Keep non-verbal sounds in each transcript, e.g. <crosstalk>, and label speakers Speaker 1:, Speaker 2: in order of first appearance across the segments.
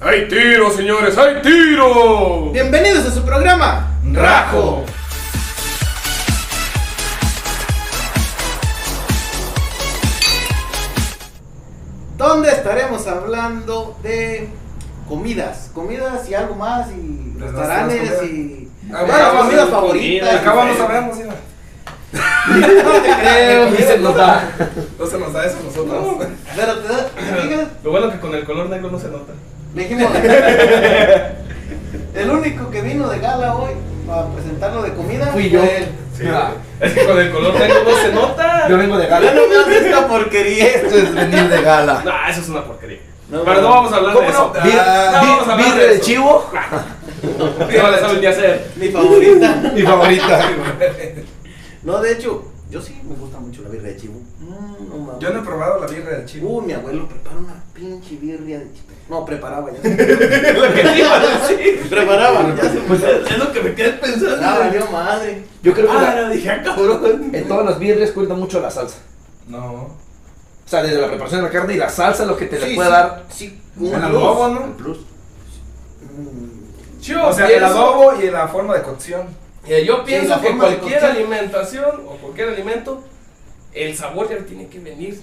Speaker 1: ¡Hay tiro, señores! ¡Hay tiro!
Speaker 2: Bienvenidos a su programa
Speaker 1: Rajo.
Speaker 2: donde estaremos hablando de comidas, comidas y algo más y
Speaker 3: De
Speaker 2: restaurantes
Speaker 3: nuestras
Speaker 2: y
Speaker 3: Ah,
Speaker 2: las
Speaker 3: bueno,
Speaker 2: comidas
Speaker 3: sí,
Speaker 2: favoritas.
Speaker 3: Acá vamos a ver, sí, no
Speaker 2: No te creo.
Speaker 4: Y se nos da.
Speaker 3: No se nos da eso a nosotros.
Speaker 2: Pero te da- te fijas,
Speaker 4: Lo bueno que con el color negro no se nota.
Speaker 2: le
Speaker 3: <laughs>
Speaker 2: dijimos. El único que vino de gala hoy para presentarlo de comida
Speaker 4: Fui yo.
Speaker 2: fue él.
Speaker 3: Sí.
Speaker 4: Ah, Es que con el color negro no se nota.
Speaker 5: Yo vengo de
Speaker 2: Ya
Speaker 5: gala.
Speaker 2: no me haces esta porquería.
Speaker 5: Esto es venir de gala.
Speaker 4: No, eso es una porquería.
Speaker 2: No,
Speaker 4: Pero no vamos a hablar de
Speaker 3: ¿Cómo no?
Speaker 4: eso.
Speaker 5: Vi-
Speaker 3: Ah,
Speaker 5: vi-
Speaker 4: vamos a hablar
Speaker 5: birria
Speaker 4: de
Speaker 5: de
Speaker 4: eso. <laughs>
Speaker 5: chivo,
Speaker 4: No le saben qué hacer.
Speaker 2: Mi favorita. <laughs>
Speaker 4: <laughs>
Speaker 5: mi favorita.
Speaker 2: No, de hecho, yo sí me gusta mucho la birria de chivo. Mm, no mames.
Speaker 3: Yo no he probado la birra de chivo.
Speaker 2: Uh, mi abuelo prepara una pinche birria de chivo. No, preparaba ya.
Speaker 4: <laughs> Lo que te iba a decir.
Speaker 2: preparaba, ya se
Speaker 4: Pues es es lo que me quedé pensando.
Speaker 2: Ah, valió madre.
Speaker 5: Yo creo que
Speaker 4: Ah,
Speaker 5: la-
Speaker 4: no, dije, ah, cabrón.
Speaker 5: en todas las birrias cuenta mucho la salsa.
Speaker 3: No.
Speaker 5: O sea, desde la preparación de la carne y la salsa lo que te
Speaker 2: Sí,
Speaker 5: le puede
Speaker 2: sí,
Speaker 5: dar.
Speaker 2: Sí,
Speaker 3: El
Speaker 2: un
Speaker 3: adobo,
Speaker 2: plus,
Speaker 3: ¿no?
Speaker 2: un plus. Mm,
Speaker 4: Yo
Speaker 3: O sea, el
Speaker 4: pienso-
Speaker 3: adobo y la forma de cocción.
Speaker 4: Mira, yo pienso
Speaker 2: la
Speaker 4: que
Speaker 2: forma de
Speaker 4: cualquier
Speaker 2: cocinar.
Speaker 4: alimentación o cualquier alimento, el sabor ya tiene que venir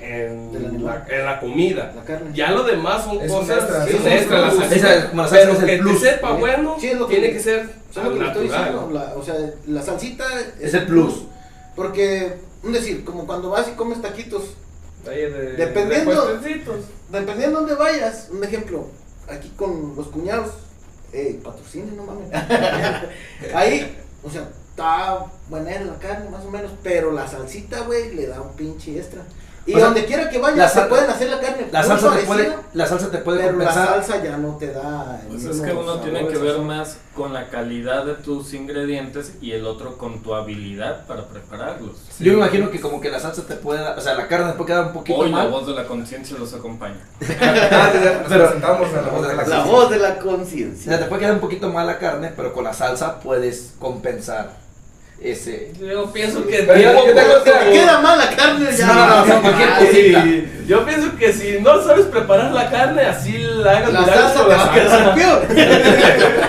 Speaker 2: Del
Speaker 4: en la,
Speaker 2: animal.
Speaker 4: en la comida.
Speaker 2: La carne.
Speaker 4: Ya lo demás son
Speaker 3: Es un
Speaker 4: cosas
Speaker 3: extra,
Speaker 4: es
Speaker 2: sí,
Speaker 4: un
Speaker 2: sí,
Speaker 4: extra,
Speaker 2: sí,
Speaker 4: la
Speaker 2: sí,
Speaker 4: salsa.
Speaker 2: sí,
Speaker 5: esa es- como la salsa
Speaker 4: pero
Speaker 5: es el
Speaker 4: que te
Speaker 5: plus.
Speaker 4: sepa bueno,
Speaker 2: Sí, es lo que-
Speaker 4: tiene que ser
Speaker 2: ¿Sabes lo que le estoy diciendo?
Speaker 4: natural.
Speaker 2: La- o sea, la salsita
Speaker 5: Es el plus.
Speaker 2: Porque, un decir, como cuando vas y comes taquitos,
Speaker 4: Ahí de-
Speaker 2: Dependiendo.
Speaker 4: de puestecitos.
Speaker 2: dependiendo de dónde vayas, un ejemplo, aquí con los cuñados, eh, patrocinen, no mames. <laughs> Ahí, o sea, está buena es la carne, más o menos, pero la salsita, güey, le da un pinche extra. Y
Speaker 5: O sea,
Speaker 2: donde quiera que
Speaker 5: la
Speaker 2: vayas, se
Speaker 5: sal-
Speaker 2: pueden hacer la carne.
Speaker 5: La
Speaker 2: muy
Speaker 5: salsa te
Speaker 2: parecida,
Speaker 5: puede, la salsa te puede
Speaker 2: pero la
Speaker 5: compensar.
Speaker 2: salsa ya no te da. el
Speaker 6: Pues es
Speaker 2: mismo
Speaker 6: que uno
Speaker 2: sabor,
Speaker 6: tiene que ver
Speaker 2: sazón.
Speaker 6: más con la calidad de tus ingredientes y el otro con tu habilidad para prepararlos.
Speaker 5: Yo me imagino que como que la salsa te puede dar, o sea, la carne te puede quedar un poquito
Speaker 6: Hoy la
Speaker 5: mal.
Speaker 6: voz de la conciencia los acompaña.
Speaker 3: Ah, Nos
Speaker 5: Pero-
Speaker 3: presentamos en la voz de la
Speaker 2: La
Speaker 3: salsa.
Speaker 2: voz de la
Speaker 5: O sea,
Speaker 2: conciencia.
Speaker 5: te puede quedar un poquito mal la carne, pero con la salsa puedes compensar ese.
Speaker 4: Yo pienso que.
Speaker 3: Pero yo- yo tengo
Speaker 4: Yo-
Speaker 3: otra-
Speaker 2: Te queda mal la carne ya. Ah,
Speaker 5: no, no, no, cualquier
Speaker 2: Ay,
Speaker 5: cosita.
Speaker 4: Sí, Yo pienso que si no sabes preparar la carne, así la hagas
Speaker 2: La
Speaker 4: milagros
Speaker 2: salsa
Speaker 4: con
Speaker 2: te
Speaker 4: la
Speaker 2: va a quedar peor.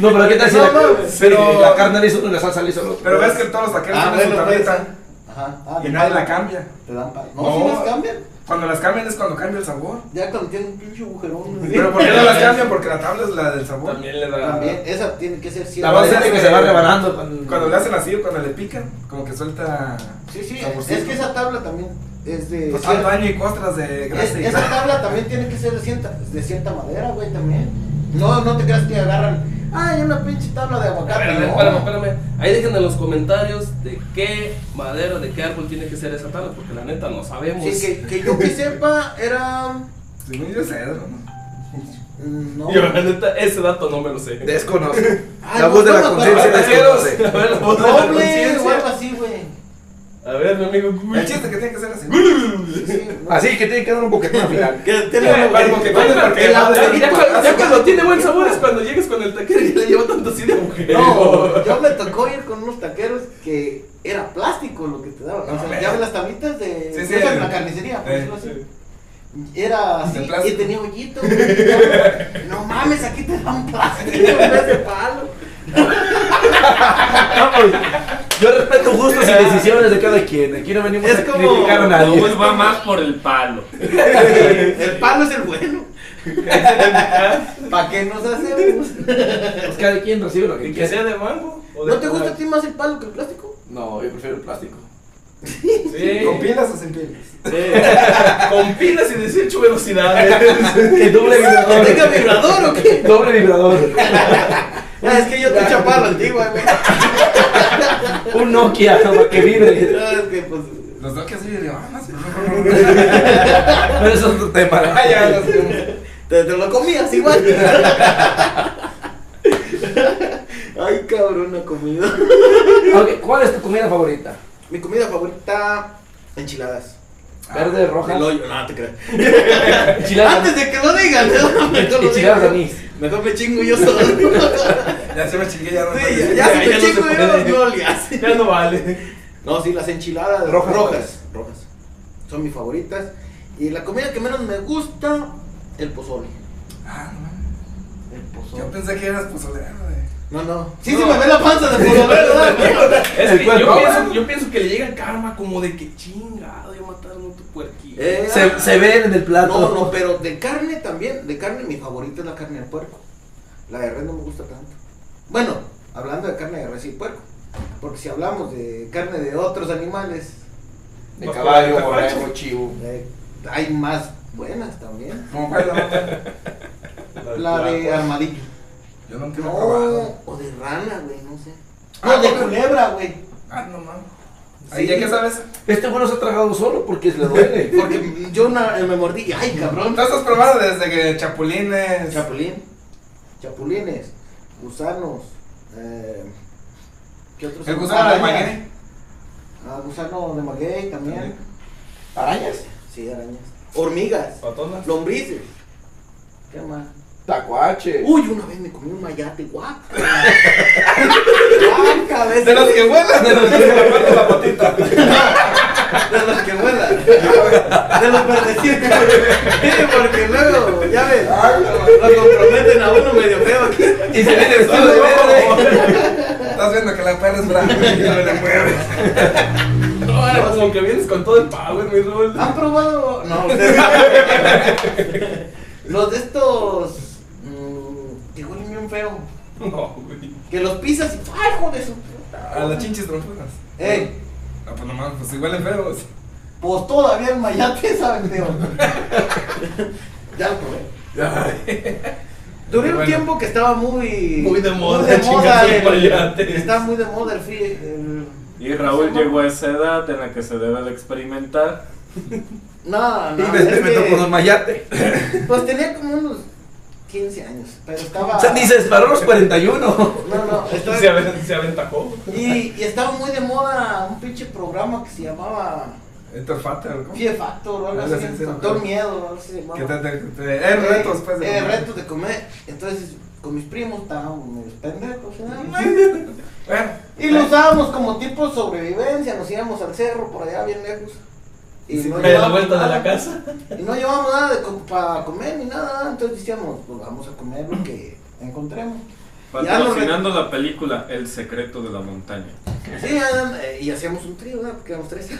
Speaker 5: No, pero ¿qué tal si la,
Speaker 2: No, mames.
Speaker 5: pero la carne le hizo uno y la salsa le hizo el otro?
Speaker 3: Pero ves que todos los taqueros
Speaker 2: Ah,
Speaker 3: tienen su
Speaker 2: bueno, pues.
Speaker 3: tableta
Speaker 2: Ajá. ah,
Speaker 3: y
Speaker 2: te
Speaker 3: nadie la
Speaker 2: dan-
Speaker 3: cambia.
Speaker 2: Te dan pal. No,
Speaker 3: No.
Speaker 2: si las cambian.
Speaker 3: Cuando las cambian es cuando cambia el sabor.
Speaker 2: Ya cuando tiene un pinche agujerón. ¿no?
Speaker 3: Pero ¿por qué no
Speaker 2: <laughs>
Speaker 3: las cambian? Porque la tabla es la del sabor.
Speaker 4: También le da.
Speaker 2: También, esa tiene que ser
Speaker 5: La
Speaker 2: cierta.
Speaker 3: base
Speaker 5: verdad es que se va rebanando. con-
Speaker 3: Cuando le hacen así o cuando le pican, como que suelta.
Speaker 2: Sí, sí,
Speaker 3: saborcito.
Speaker 2: es que esa tabla también es de.
Speaker 3: Pues al
Speaker 2: cier-
Speaker 3: baño y costras de
Speaker 2: es-
Speaker 3: grasa y
Speaker 2: esa tabla también tiene que ser de cierta, de cierta madera, güey, también. No, no te creas que agarran. Ay, una pinche tabla de
Speaker 4: A ver,
Speaker 2: aguacate.
Speaker 4: a ver,
Speaker 2: no.
Speaker 4: espérame, espérame. Ahí dejen en los comentarios de qué madera, de qué árbol tiene que ser esa tabla, porque la neta no sabemos.
Speaker 2: Sí, que, que yo que sepa era.
Speaker 3: Según yo, cedro, ¿no?
Speaker 2: mm, No.
Speaker 4: Yo la neta, ese dato no me lo sé.
Speaker 5: Desconozco.
Speaker 2: Ay,
Speaker 5: la
Speaker 2: no,
Speaker 5: voz de
Speaker 2: no
Speaker 5: la
Speaker 2: me acuerdo.
Speaker 5: conciencia
Speaker 4: Taqueros,
Speaker 5: desconoce.
Speaker 4: a ver, la voz de la
Speaker 2: Doble o algo
Speaker 4: conciencia.
Speaker 2: así, güey.
Speaker 4: A ver, mi amigo.
Speaker 3: El chiste que tiene que ser así.
Speaker 2: Sí, sí, no.
Speaker 5: Así que tiene que dar un boquetón al final.
Speaker 2: Que tiene
Speaker 4: Eh,
Speaker 2: una-
Speaker 3: Porque
Speaker 4: Bueno,
Speaker 3: cuando- porque
Speaker 4: y la-
Speaker 3: madre,
Speaker 4: ya,
Speaker 3: un
Speaker 4: cuando, ya
Speaker 3: palazo.
Speaker 4: cuando tiene buen sabor es cuando llegues con el taquero y le lleva tanto así de mujer.
Speaker 3: <laughs>
Speaker 2: No, yo me tocó ir con unos taqueros que era plástico lo que te daban. o sea,
Speaker 3: No,
Speaker 2: ya
Speaker 3: pero-
Speaker 2: las tablitas de
Speaker 3: Sí, sí,
Speaker 2: de
Speaker 3: el-
Speaker 2: la carnicería, por
Speaker 3: eh,
Speaker 2: decirlo así. Era
Speaker 3: De
Speaker 2: así y
Speaker 3: plástico.
Speaker 2: tenía hoyito. güey. No mames, aquí te dan plástico en vez de
Speaker 3: <laughs>
Speaker 2: palo.
Speaker 5: Yo respeto gustos y decisiones de cada quien. Aquí no venimos
Speaker 2: Es
Speaker 5: a
Speaker 2: como-
Speaker 5: criticar a nadie.
Speaker 6: Hoy va más por el palo.
Speaker 2: El palo es el
Speaker 3: <laughs>
Speaker 2: bueno. ¿Para qué nos hacemos?
Speaker 5: Pues cada quien recibe lo que
Speaker 4: Y que
Speaker 5: quiere.
Speaker 4: sea de mango. o de
Speaker 2: ¿No te gusta a
Speaker 4: cola.
Speaker 2: ti más el palo que el
Speaker 3: <laughs>
Speaker 2: plástico?
Speaker 5: No, yo prefiero el plástico.
Speaker 4: Sí.
Speaker 3: <laughs> ¿Con pilas o sin pilas?
Speaker 4: Sí. <laughs> Con pilas y 18 velocidades.
Speaker 5: <laughs> El doble
Speaker 2: <laughs> ¿Que tenga
Speaker 5: vibrador.
Speaker 2: vibrador o
Speaker 3: <laughs>
Speaker 2: qué?
Speaker 5: Doble vibrador.
Speaker 2: Ah, es que yo te chaparro
Speaker 3: <laughs>
Speaker 2: antigua, güey.
Speaker 5: Un Nokia como que vibre.
Speaker 2: Ah, es que pues.
Speaker 3: Los dos que así de ah, no sé.
Speaker 5: Pero eso es otro tema.
Speaker 3: Ah, ya, los que-
Speaker 2: Te, te lo comías igual. Ay, cabrón, la comida.
Speaker 5: Ok, ¿Cuál es tu comida favorita?
Speaker 2: Mi comida favorita, enchiladas.
Speaker 5: Verde, roja.
Speaker 2: El hoyo, no te creas.
Speaker 5: Enchiladas.
Speaker 2: Ah, Antes de que lo digan, ¿no? mejor lo digo.
Speaker 5: Enchiladas de
Speaker 2: ¿eh?
Speaker 5: anís.
Speaker 2: Mejor me chingo yo solo. Sí,
Speaker 3: Ah, Ya se me chingué, ya no.
Speaker 2: ya, ya si
Speaker 4: Ya
Speaker 2: me
Speaker 4: no se
Speaker 2: chingo
Speaker 4: puede.
Speaker 2: yo, no le hace.
Speaker 4: ya no vale.
Speaker 2: No, sí, las enchiladas
Speaker 5: Rojas,
Speaker 2: rojas. Rojas. Son mis favoritas. Y la comida que menos me gusta, el pozole.
Speaker 3: Ah, no mames.
Speaker 2: El pozole.
Speaker 3: Yo pensé que eras pozolero, güey.
Speaker 2: No, no. Sí, se me ve la panza de pozolero, ¿verdad?
Speaker 4: Es
Speaker 5: El
Speaker 4: que
Speaker 5: cuerpo,
Speaker 4: yo,
Speaker 5: ¿no?
Speaker 4: pienso, yo pienso que le llega el karma como de que chingado, yo mataron a tu puerquito.
Speaker 2: Eh,
Speaker 5: Se, se ven en el plato.
Speaker 2: No, no, pero de carne también, de carne mi favorita es la carne de puerco. La de res no me gusta tanto. Bueno, hablando de carne de res y puerco, porque si hablamos de carne de otros animales,
Speaker 5: De caballo, borrego, chivo.
Speaker 2: eh, hay más buenas también.
Speaker 3: Como cuál la
Speaker 2: La de armadillo.
Speaker 3: Yo nunca lo he
Speaker 2: No,
Speaker 3: probado.
Speaker 2: o de rana, güey, no sé.
Speaker 3: Ah,
Speaker 2: No, de
Speaker 3: no, no.
Speaker 2: culebra, güey.
Speaker 3: Ah, no mames.
Speaker 2: Sí.
Speaker 3: Ahí ya que sabes.
Speaker 5: Este bueno se ha tragado solo porque le duele.
Speaker 3: <laughs>
Speaker 2: Porque yo una- eh, me mordí, ay, cabrón.
Speaker 3: Tú has probado desde que chapulines.
Speaker 2: Chapulín. Chapulines. Gusanos. Eh, ¿Qué otros?
Speaker 3: El gusano de
Speaker 2: Arañas.
Speaker 3: maguey.
Speaker 2: Ah, gusano de maguey también.
Speaker 5: Arañas.
Speaker 2: Sí, arañas. Hormigas.
Speaker 6: Patonas.
Speaker 2: Lombrices. ¿Qué más?
Speaker 5: Tacuache.
Speaker 2: Uy, una vez me comí un mayate, <laughs> guaca. Guaca, de
Speaker 3: De los
Speaker 2: esos-
Speaker 3: que vuelan. De los que vuelan la patita.
Speaker 2: de los que vuelan. De los verdecitos. Mire, porque luego, ya ves, lo comprometen a uno medio feo aquí.
Speaker 5: Y se
Speaker 2: <laughs>
Speaker 5: viene vestido de verde.
Speaker 3: Estás viendo que la perra
Speaker 2: <laughs>
Speaker 3: es brava. Y no le mueves.
Speaker 4: No, ahora como que vienes con todo el power, mi rol.
Speaker 5: Ah.
Speaker 2: ¿Han probado? No, ustedes. los de estos. mm, que huelen bien feo.
Speaker 4: <laughs> No, güey.
Speaker 2: Que los pisas y. ¡Ay, hijo de su puta!
Speaker 3: A las chinches trompudas.
Speaker 2: ¡Eh!
Speaker 3: No, pues nomás, pues igual es feo.
Speaker 2: Pues todavía el <laughs> mayate sabe feo. ya lo probé. Duré un
Speaker 3: Bueno.
Speaker 2: tiempo que estaba muy.
Speaker 4: Muy de moda,
Speaker 2: muy de
Speaker 4: chingas,
Speaker 2: el-
Speaker 4: el mayate.
Speaker 2: Estaba muy de moda el. fri- el-
Speaker 6: Y Raúl llegó a esa edad en la que se debe de experimentar.
Speaker 2: No,
Speaker 5: Y
Speaker 2: no.
Speaker 5: me,
Speaker 2: es
Speaker 5: me
Speaker 2: que,
Speaker 5: tocó un mayate.
Speaker 2: Pues tenía como unos 15 años. Pero estaba.
Speaker 5: O sea, ni se disparó los 41.
Speaker 2: No, no. Estaba,
Speaker 4: Se, aven- se aventajó.
Speaker 2: Y, y estaba muy de moda un pinche programa que se llamaba
Speaker 3: Esto es fata, ¿no?
Speaker 2: Fear Factor o algo
Speaker 3: Algo
Speaker 2: así,
Speaker 3: así se
Speaker 2: Factor
Speaker 3: llama.
Speaker 2: Miedo, algo así se
Speaker 3: Que te,
Speaker 2: llamaba.
Speaker 3: te, te- eh, retos, pues. de
Speaker 2: Eh,
Speaker 3: comer.
Speaker 2: retos de comer. Entonces, con mis primos estábamos medio pendejos. ¿eh?
Speaker 3: <laughs> Bueno,
Speaker 2: Y lo usábamos como tipo de sobrevivencia. Nos íbamos al cerro por allá bien lejos. Y
Speaker 4: Me
Speaker 2: no
Speaker 4: da
Speaker 2: llevábamos
Speaker 4: vuelta de
Speaker 2: nada.
Speaker 4: la casa.
Speaker 2: Y no llevábamos nada de co- para comer ni nada. Entonces decíamos, pues vamos a comer lo que encontremos. Ya lo
Speaker 6: Patrocinando la película El secreto de la montaña.
Speaker 2: Sí, Adam, eh, y hacíamos un trío, ¿verdad? Porque éramos
Speaker 5: <laughs>
Speaker 2: tres.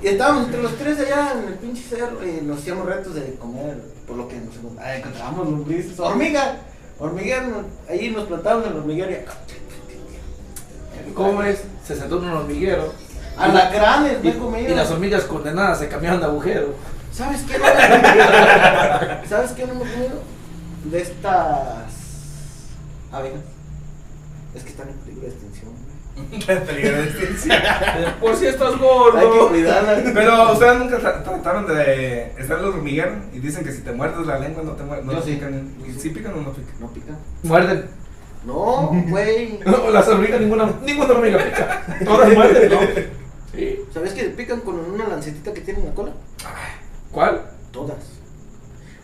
Speaker 2: y estábamos entre los tres allá en el pinche cerro y nos hacíamos retos de comer por lo que nos encont- ah, encontrábamos lombrices. Hormiga, hormiguero, nos- ahí nos plantábamos en el hormiguero y
Speaker 5: Comes, se sentó en un hormiguero.
Speaker 2: alacranes,
Speaker 5: Y,
Speaker 2: me he comido.
Speaker 5: y las hormigas condenadas se cambiaron de agujero.
Speaker 2: ¿Sabes qué? No me he
Speaker 5: <laughs>
Speaker 2: comido? ¿Sabes qué no me he comido? De estas abejas. Es que están en peligro de extinción. güey.
Speaker 3: en peligro de extinción.
Speaker 4: Por si estás
Speaker 2: Hay que
Speaker 4: gordo.
Speaker 2: cuidarlas.
Speaker 3: Pero ustedes nunca tra- trataron de estar en el hormiguero y dicen que si te muerdes la lengua no te muerdes. No
Speaker 2: Yo
Speaker 3: te
Speaker 2: sí.
Speaker 3: pican. ¿Y si pican o no pican?
Speaker 2: No pican.
Speaker 5: Muerden.
Speaker 2: No, güey.
Speaker 5: No, las hormigas, ninguna, ninguna hormiga pica. Todas muerden, ¿no? Sí.
Speaker 2: ¿Sabes que pican con una lancetita que tiene en la cola?
Speaker 5: ¿Cuál?
Speaker 2: Todas.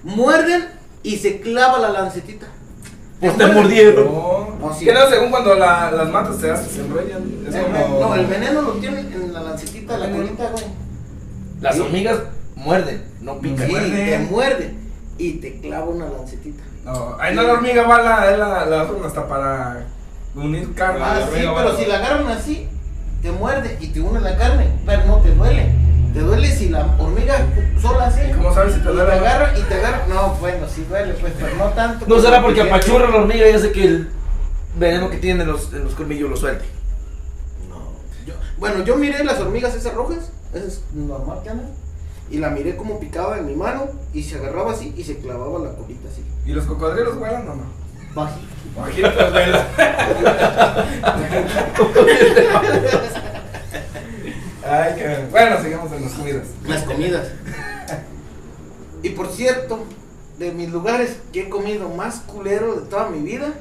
Speaker 2: Muerden y se clava la lancetita.
Speaker 5: Pues te mordieron.
Speaker 3: No.
Speaker 2: No, sí.
Speaker 3: Que no, según cuando la- las matas te hacen, se enrollan. Es
Speaker 2: El
Speaker 3: como.
Speaker 2: ven- no, el veneno lo tienen en la lancetita, de la
Speaker 3: Veneno.
Speaker 2: colita, güey.
Speaker 5: Las
Speaker 2: Sí. Mm.
Speaker 5: hormigas muerden, no
Speaker 2: Sí,
Speaker 5: pican.
Speaker 3: muerde.
Speaker 2: te muerde y te clava una lancetita.
Speaker 3: No, ahí no la hormiga va la, la, la forma hasta para unir carne.
Speaker 2: Ah,
Speaker 3: La
Speaker 2: sí,
Speaker 3: hormiga va
Speaker 2: pero
Speaker 3: la-
Speaker 2: si la agarran así, te muerde y te une la carne, pero no te duele. Te duele si la hormiga sola así.
Speaker 3: ¿Y ¿Cómo sabes si te
Speaker 2: Y te
Speaker 3: duele?
Speaker 2: agarra y te agarra. No, bueno, sí duele, pues, pero no tanto.
Speaker 5: No será
Speaker 2: como
Speaker 5: porque
Speaker 2: que-
Speaker 5: apachurra la hormiga y hace que el veneno que tiene en los, en los colmillos lo suelte.
Speaker 2: No. Yo, bueno, yo miré las hormigas esas rojas, esas es normal que andan, y la miré como picaba en mi mano y se agarraba así y se clavaba la colita así.
Speaker 3: ¿Y los cocodrilos vuelan o no?
Speaker 2: Bajito.
Speaker 3: Ojitos, <laughs> vuelan. Ay, qué. Bueno, sigamos en los comidas.
Speaker 2: Las comidas. Y por cierto, de mis lugares que he comido más culero de toda mi vida,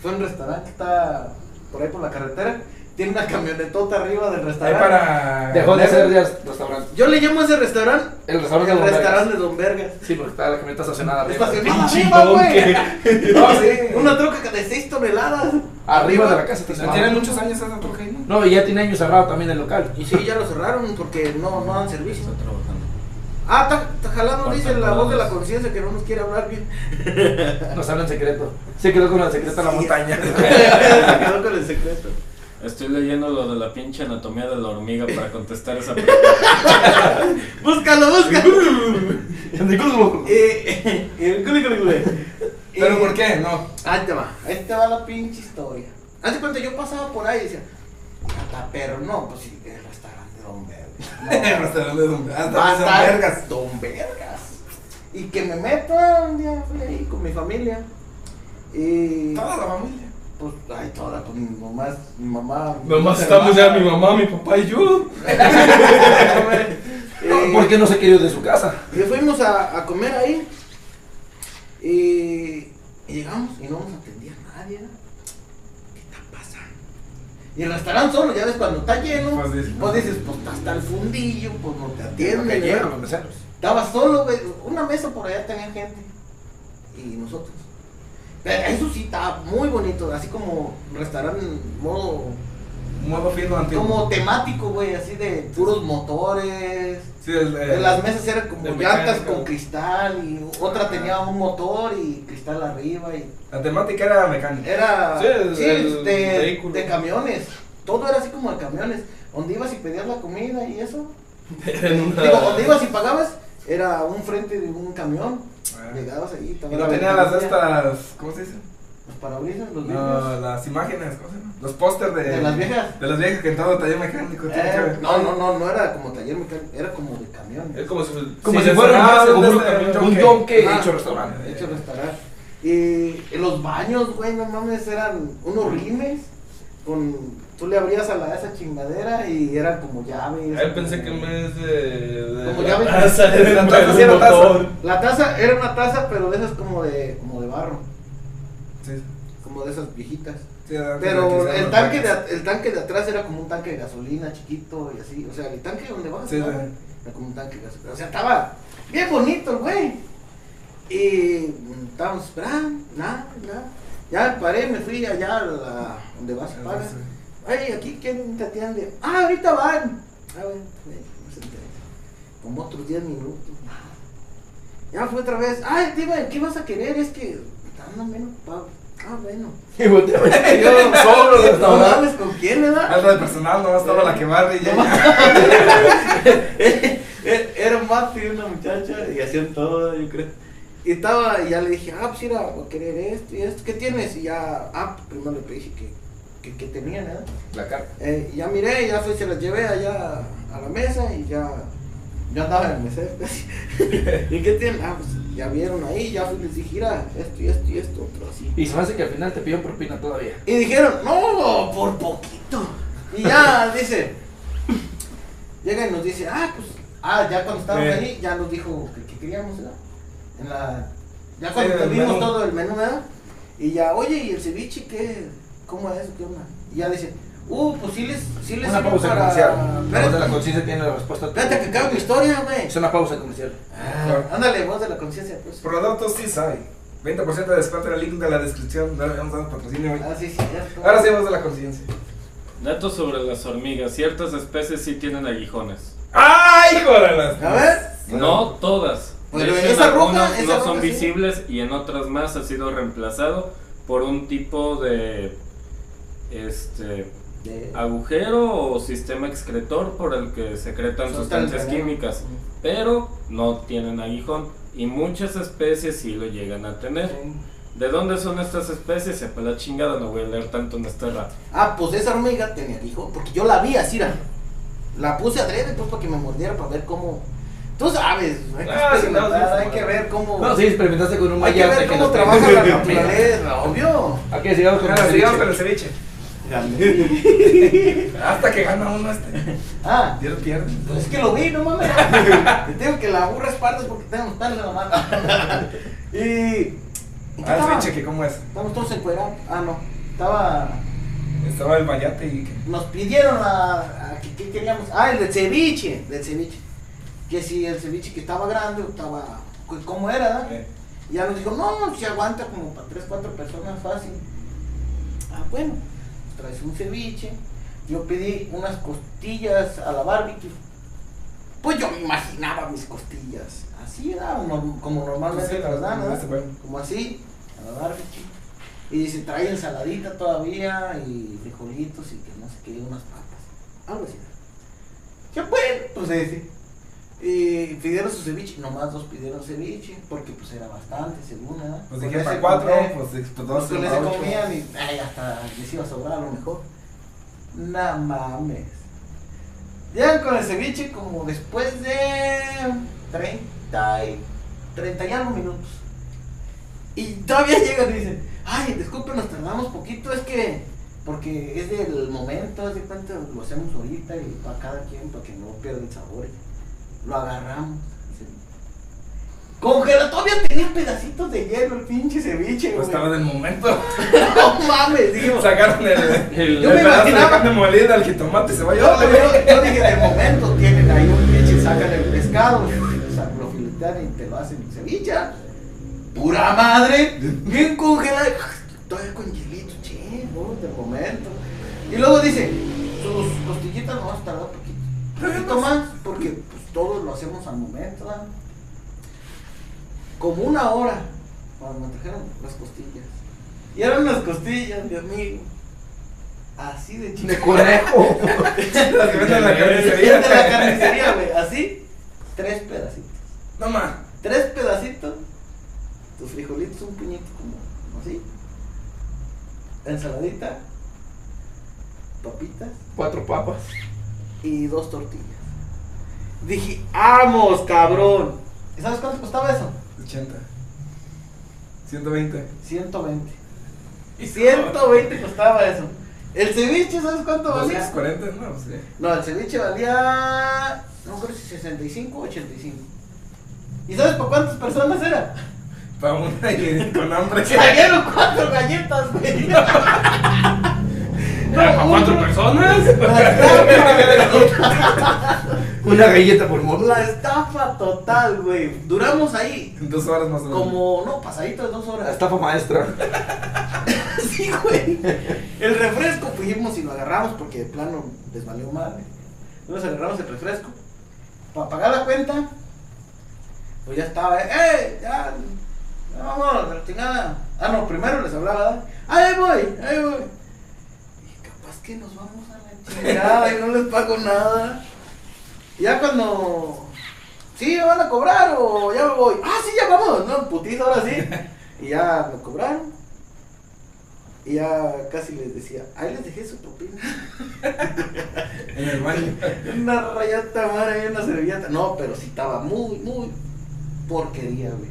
Speaker 2: fue un restaurante que está por ahí por la carretera. Tiene una camionetota arriba del
Speaker 3: Ahí
Speaker 2: restaurante.
Speaker 3: para.
Speaker 5: Dejó de ser ya restaurante.
Speaker 2: Yo le llamo a ese restaurante
Speaker 5: El restaurante
Speaker 2: el
Speaker 5: de
Speaker 2: restaurante de Don Vergas.
Speaker 5: Sí, porque está la camioneta estacionada arriba.
Speaker 2: Estacionada
Speaker 4: Pinche
Speaker 2: arriba, güey.
Speaker 4: donkey.
Speaker 3: No, sí.
Speaker 2: Una troca de 6 toneladas.
Speaker 5: Arriba de la casa estacionada.
Speaker 3: Tiene muchos años esa troca ahí, ¿no?
Speaker 5: No, y ya tiene años cerrado también el local.
Speaker 2: Y sí, ya lo cerraron porque no, no dan servicio.
Speaker 6: Está trabajando.
Speaker 2: Ah, ta- ta- ojalá nos dice la voz de la
Speaker 6: Pantalones.
Speaker 2: conciencia que no nos quiere hablar <laughs> bien.
Speaker 5: Nos hablan secreto. Se quedó con el secreto en la
Speaker 2: Sí.
Speaker 5: montaña. <laughs>
Speaker 2: Quedó con el secreto.
Speaker 6: Estoy leyendo lo de la pinche anatomía de la hormiga para contestar esa pregunta. <laughs>
Speaker 2: Búscalo, búscalo.
Speaker 5: ¿Pero
Speaker 2: <laughs> Eh, el culi, culi, culi. Eh,
Speaker 5: por qué? No.
Speaker 2: Ahí te va, ahí te va la pinche historia. Hace cuando yo pasaba por ahí y decía, "Ata, pero no, pues sí, el restaurante Don <laughs>
Speaker 3: <laughs>
Speaker 2: Vergas.
Speaker 3: Restaurante de Don-
Speaker 2: No,
Speaker 3: hasta
Speaker 2: va a
Speaker 3: Don
Speaker 2: estar
Speaker 3: Vergas.
Speaker 2: Don Vergas. Y que me meto un día fui ahí con mi familia. Y
Speaker 3: Toda la familia.
Speaker 2: pues, ay, toda, pues mi mamá, es- mi mamá.
Speaker 1: Nomás
Speaker 2: mi
Speaker 1: estamos ya
Speaker 2: hermana.
Speaker 1: mi mamá, mi papá y
Speaker 4: <laughs>
Speaker 1: yo.
Speaker 2: Eh,
Speaker 5: ¿Por qué no se quiere ir de su casa?
Speaker 2: Y fuimos a, a comer ahí. Y, y llegamos y no nos atendía nadie. ¿no? ¿Qué está pasando? Y el restaurante solo, ya ves, cuando está lleno,
Speaker 3: Pues
Speaker 2: pues
Speaker 3: dices,
Speaker 2: dices,
Speaker 3: no.
Speaker 2: pues, hasta el fundillo, pues no te
Speaker 5: Que
Speaker 2: atienden.
Speaker 5: llegan
Speaker 2: ¿no?
Speaker 5: los meseros.
Speaker 2: Estaba solo, güey, una mesa por allá tenía gente. Y nosotros. Pero eso sí estaba muy bonito, así como restaurante modo,
Speaker 3: Modo fino antiguo.
Speaker 2: como temático, güey, así de puros motores.
Speaker 3: Sí, el, eh,
Speaker 2: En las mesas eran como
Speaker 3: del
Speaker 2: llantas
Speaker 3: mecánico.
Speaker 2: con cristal y otra tenía un motor y cristal arriba y
Speaker 3: La temática era mecánica.
Speaker 2: era
Speaker 1: Sí, el-
Speaker 2: sí, este,
Speaker 1: el
Speaker 2: de,
Speaker 1: vehículo.
Speaker 2: de camiones. Todo era así como de camiones, donde ibas y pedías la comida y eso.
Speaker 1: En una-
Speaker 2: Digo, donde ibas y pagabas era un frente de un camión.
Speaker 3: Ah.
Speaker 2: Llegabas ahí,
Speaker 3: Y
Speaker 2: estaba
Speaker 3: no
Speaker 2: la
Speaker 3: tenía las
Speaker 2: ventanilla,
Speaker 3: estas. ¿Cómo se dice?
Speaker 2: los parabrisas, los vidrios.
Speaker 3: No, las imágenes, ¿cómo se llama? Los pósters de.
Speaker 2: ¿De las viejas?
Speaker 3: De las viejas que entraban al taller mecánico. tiene que
Speaker 2: Eh,
Speaker 3: ver.
Speaker 2: no, no, no, no era como taller mecánico, era como de camión.
Speaker 1: Es como si,
Speaker 5: Como
Speaker 3: Sí,
Speaker 5: si fuera
Speaker 3: restaurante,
Speaker 5: más
Speaker 3: un
Speaker 5: un,
Speaker 3: restaurante,
Speaker 5: un
Speaker 3: ok.
Speaker 5: yonke
Speaker 2: Ah.
Speaker 5: hecho restaurante.
Speaker 2: De hecho, restaurar. Y en los baños, güey, no mames, eran unos rimes. Con, tú le abrías a la esa chingadera y eran como llaves.
Speaker 1: Ahí pensé que me es de. de
Speaker 2: Como
Speaker 1: la
Speaker 2: ya ves.
Speaker 1: taza,
Speaker 3: De la
Speaker 1: un
Speaker 3: taza, sí, la taza.
Speaker 1: motor.
Speaker 2: La taza era una taza, pero de esas como de, como de barro,
Speaker 3: Sí,
Speaker 2: como de esas viejitas.
Speaker 3: sí, antes de
Speaker 2: Pero
Speaker 3: que
Speaker 2: el
Speaker 3: hicieran
Speaker 2: tanque, de,
Speaker 3: los
Speaker 2: at- el tanque de atrás era como un tanque de gasolina chiquito y así. O sea, el tanque donde vas
Speaker 3: Sí,
Speaker 2: ¿no?
Speaker 3: sí.
Speaker 2: era como un tanque de gasolina. O sea, estaba bien bonito el güey. Y mm, estábamos esperando, nada, nada. Ya paré, me fui allá a la, donde vas a pagar.
Speaker 3: Ah, Sí, sí.
Speaker 2: Ay, aquí quién te atiende. Ah, ahorita van. Ah, bueno, bueno, no se interesa. Como otros 10 minutos. nada. Ya fue otra vez. Ay, dime, ¿qué vas a querer? Es que dando menos pago. Ah, bueno.
Speaker 5: Y volteaba
Speaker 2: <laughs>
Speaker 5: y yo solo
Speaker 2: No,
Speaker 5: el restaurante.
Speaker 2: sabes con quién, ¿verdad?
Speaker 3: Algo de personal, nomás estaba la que barre y ya.
Speaker 2: <laughs> Era un mate y una muchacha y hacían todo, yo creo. Y estaba, y ya le dije, ah, pues mira, voy a querer esto y esto. ¿Qué tienes? Y ya, ah, pues primero le dije que, que, que tenía, ¿verdad?
Speaker 5: La carta.
Speaker 2: Eh, ya miré, ya fui, se las llevé allá a la mesa y ya, ya andaba en el mesero. <laughs> pues. ¿Y qué tienen? Ah, pues ya vieron ahí, ya fui, les dije, mira, esto y esto y esto, pero así.
Speaker 5: Y se me hace que al final te pidieron propina todavía.
Speaker 2: Y dijeron, no, por poquito. Y ya dice, llega y nos dice, ah, pues, ah, ya cuando estábamos
Speaker 3: Eh.
Speaker 2: ahí, ya nos dijo que, que queríamos, ¿verdad? En la, ya cuando
Speaker 3: Sí, el
Speaker 2: vimos
Speaker 3: menú.
Speaker 2: todo el menú, ¿verdad? Y ya, oye, ¿y el ceviche qué? ¿Cómo es? ¿Qué onda? Y ya dice, uh, pues sí les, sí les
Speaker 5: Una
Speaker 2: sirve
Speaker 5: pausa
Speaker 2: para...
Speaker 5: comercial. La voz de la
Speaker 2: Espérate,
Speaker 5: conciencia tiene la respuesta. a todo.
Speaker 2: espérate que acabe mi historia, güey.
Speaker 5: Es una pausa comercial.
Speaker 2: Ah, ándale, voz de la conciencia, pues.
Speaker 3: Productos sí hay. 20% de descuento en el link de la descripción. No le habíamos dado patrocinio hoy.
Speaker 2: Ah, sí, sí, ya está.
Speaker 3: Ahora sí vamos a la conciencia.
Speaker 6: Datos sobre las hormigas. Ciertas especies sí tienen aguijones.
Speaker 3: ¡Ay, hijo de las!
Speaker 2: A ver.
Speaker 6: No todas. De
Speaker 2: Pero
Speaker 6: hecho,
Speaker 2: esa
Speaker 6: en
Speaker 2: roja,
Speaker 6: algunas
Speaker 2: esa
Speaker 6: no son
Speaker 2: roja sí.
Speaker 6: visibles y en otras más ha sido reemplazado por un tipo de este
Speaker 2: De-
Speaker 6: agujero o sistema excretor por el que secretan
Speaker 2: Sustancias,
Speaker 6: sustancias
Speaker 2: ¿no?
Speaker 6: químicas, pero no tienen aguijón y muchas especies sí lo llegan a tener. ¿De dónde son estas especies? Sepa la chingada, no voy a leer tanto en este rato.
Speaker 2: Ah, pues esa hormiga tenía hijo, porque yo la vi así, era. La puse adrede, pues, para que me mordiera, para ver cómo. Tú sabes, hay que,
Speaker 3: Ah, sí,
Speaker 2: experimentar,
Speaker 3: no, sí, sí,
Speaker 2: hay
Speaker 3: sí.
Speaker 2: que ver cómo.
Speaker 5: No, sí, experimentaste con un
Speaker 2: Oh. hay que
Speaker 5: mayate
Speaker 2: ver cómo
Speaker 5: nos
Speaker 2: trabaja
Speaker 3: <laughs>
Speaker 5: <laughs> pegó.
Speaker 2: la naturaleza, obvio.
Speaker 5: Ok, sigamos con el
Speaker 3: Ahora sigamos con
Speaker 5: ceviche.
Speaker 3: el ceviche. Hasta que gana uno este.
Speaker 2: Ah,
Speaker 3: Ya lo pierde.
Speaker 2: pues es que lo vi, no
Speaker 3: <laughs>
Speaker 2: mames. Te tengo que la burra espartes porque tengo tal en la mano. y. ¿y qué
Speaker 3: Ah, el
Speaker 2: estaba?
Speaker 3: ceviche, que ¿cómo es?
Speaker 2: Estamos todos encuerados. Ah, no. Estaba.
Speaker 3: Estaba el mayate y. que-
Speaker 2: nos pidieron a, a que, que queríamos, ah, el del ceviche, del ceviche, que si el ceviche que estaba grande, o estaba, cu- ¿cómo era? da?
Speaker 3: eh,
Speaker 2: Y ya nos dijo, no, si aguanta como para 3, 4 personas fácil. Ah, bueno, traes un ceviche, yo pedí unas costillas a la barbecue, Pues yo me imaginaba mis costillas. Así, ¿verdad? Como- como normalmente
Speaker 3: Sí,
Speaker 2: las dan,
Speaker 3: como
Speaker 2: ¿verdad?
Speaker 3: este, güey.
Speaker 2: Como así, a la barba, chico. Y se trae ensaladita todavía y frijolitos y que no sé qué, unas papas. Algo así. Ya bueno, pues ese. Y pidieron su ceviche, nomás dos pidieron ceviche, porque pues era bastante, según, ¿verdad?
Speaker 3: Pues
Speaker 2: Con
Speaker 3: dije
Speaker 2: ese
Speaker 3: para cuatro,
Speaker 2: comé-
Speaker 3: pues pues,
Speaker 2: pues
Speaker 3: dos,
Speaker 2: con
Speaker 3: para
Speaker 2: ese
Speaker 3: ocho.
Speaker 2: comían y ay, hasta les iba a sobrar a lo mejor. No mames. Llegan con el ceviche como después de 30 y, 30 y algo minutos. Y todavía llegan y dicen, ay, disculpen, nos tardamos poquito, es que, porque es del momento, haz de cuenta, lo hacemos ahorita y para cada quien, para que no pierda el sabor. Lo agarramos. Dicen, Congela, todavía tenía pedacitos de hielo el pinche ceviche, güey.
Speaker 3: Pues estaba del momento.
Speaker 2: <laughs> No mames, digo. <laughs>
Speaker 3: Sacaron el.
Speaker 4: El-
Speaker 2: Yo me
Speaker 3: el pedazo de
Speaker 2: imaginaba-
Speaker 3: carne molida, el jitomate, cebolla.
Speaker 2: Yo, yo- yo dije, de momento tienen ahí un pinche, sacan el pescado, o sea, lo filetean y te lo hacen en ceviche. ¿ah? Pura madre, bien congelado. Todavía con hielito, che, no, de momento. Y luego dice, sus costillitas no vas a tardar poquito. Poquito más, porque pues todos lo hacemos al momento, ¿verdad? Como una hora, cuando me trajeron las costillas. Y eran las costillas, mi amigo. Así de chico.
Speaker 5: De conejo.
Speaker 3: Las que venden en la
Speaker 2: Desde la
Speaker 3: carnicería.
Speaker 2: carnicería, güey. Así, tres pedacitos.
Speaker 3: No ma.
Speaker 2: Tres pedacitos. Tus frijolitos, un puñito como así. Ensaladita. Papitas.
Speaker 5: Cuatro papas.
Speaker 2: Y dos tortillas. Dije, ¡vamos, cabrón! ¿Y sabes cuánto costaba eso?
Speaker 3: 80. 120.
Speaker 2: 120. 120 costaba eso. El ceviche, ¿sabes cuánto valía?
Speaker 3: 240, no, pues sí.
Speaker 2: No, el ceviche valía. No creo si 65 o 85. ¿Y sabes por cuántas
Speaker 4: <laughs>
Speaker 2: personas era?
Speaker 3: Para una <laughs> y con hambre.
Speaker 2: Salieron cuatro
Speaker 4: <laughs>
Speaker 2: galletas, güey. No,
Speaker 4: ¿Era para cuatro
Speaker 2: uno-
Speaker 4: personas?
Speaker 2: <laughs> La
Speaker 4: <laughs>
Speaker 2: estafa,
Speaker 5: Una galleta por morla.
Speaker 2: la estafa total, güey. Duramos ahí
Speaker 3: Dos horas más o
Speaker 4: Mm.
Speaker 3: menos.
Speaker 2: como, no, pasadito de dos
Speaker 5: La
Speaker 2: horas.
Speaker 5: estafa maestra.
Speaker 2: <laughs> Sí, güey. El refresco fuimos y lo agarramos porque de plano les valió madre. Nos agarramos el refresco. Para pagar la cuenta, pues ya estaba, eh, ¡eh! Ya, ya vámonos, la chingada. Ah, no, primero les hablaba, ¡ahí voy! ¡ahí voy! Y capaz que nos vamos a la chingada y no les pago nada. Y ya cuando. Sí, me van a cobrar o ya me voy. Ah, sí, ya vamos. No, putito, ahora sí. Y ya me cobraron. Y ya casi les decía, ahí les dejé su propina. <laughs>
Speaker 3: En el baño.
Speaker 2: una rayata madre y una servilleta. No, pero sí estaba muy, muy porquería, güey.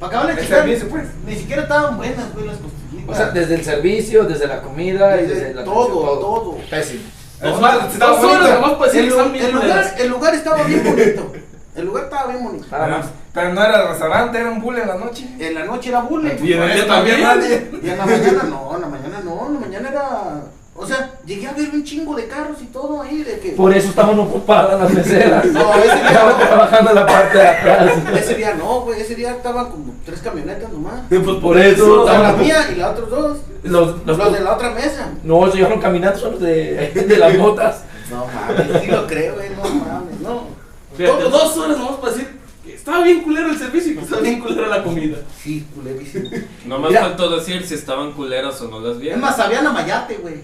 Speaker 2: Para acabar de
Speaker 3: El
Speaker 2: checar,
Speaker 3: servicio, pues.
Speaker 2: ni siquiera estaban buenas, güey, las costillitas.
Speaker 5: O sea, desde el servicio, desde la comida y
Speaker 2: Desde
Speaker 5: desde la
Speaker 2: todo,
Speaker 5: atención,
Speaker 2: todo.
Speaker 5: Pésimo.
Speaker 3: Es más, estaba
Speaker 4: Dos horas
Speaker 3: bonito.
Speaker 4: nomás para decir
Speaker 2: el,
Speaker 4: que
Speaker 2: lu-
Speaker 4: están
Speaker 2: el
Speaker 4: bien
Speaker 2: lugar, el lugar estaba bien bonito. El lugar estaba bien bonito.
Speaker 5: Nada
Speaker 3: Pero-
Speaker 5: más.
Speaker 3: Pero no era restaurante, era un bull en la noche.
Speaker 2: En la noche era bullying.
Speaker 4: Y en el día también.
Speaker 3: nadie.
Speaker 2: Y en la mañana no, en la mañana no, en la mañana era. O sea, llegué a ver un chingo de carros y todo ahí, de que.
Speaker 5: Por eso estaban ocupadas las meseras.
Speaker 2: No, ese día
Speaker 5: Estaban
Speaker 2: no.
Speaker 5: trabajando en la parte de
Speaker 4: Pues,
Speaker 5: atrás.
Speaker 2: <laughs> Ese día no, güey, ese día estaban como tres camionetas nomás.
Speaker 5: Y pues por eso.
Speaker 2: O sea, la
Speaker 5: estaban ocup-
Speaker 2: mía y la otros dos.
Speaker 5: Los, los-
Speaker 2: Los de la otra mesa.
Speaker 5: No, se llevaron caminando, son los de, de las botas.
Speaker 2: No mames, sí lo creo, güey, no mames, no.
Speaker 4: Fíjate,
Speaker 2: Todo-
Speaker 4: dos horas nomás para decir que estaba bien culero el servicio y que estaba bien culera la comida.
Speaker 2: Sí, culerísimo.
Speaker 6: Nomás
Speaker 5: Mira.
Speaker 6: faltó decir si estaban culeras o no las
Speaker 2: Es
Speaker 6: vieron.
Speaker 2: más, sabían a Mayate, güey.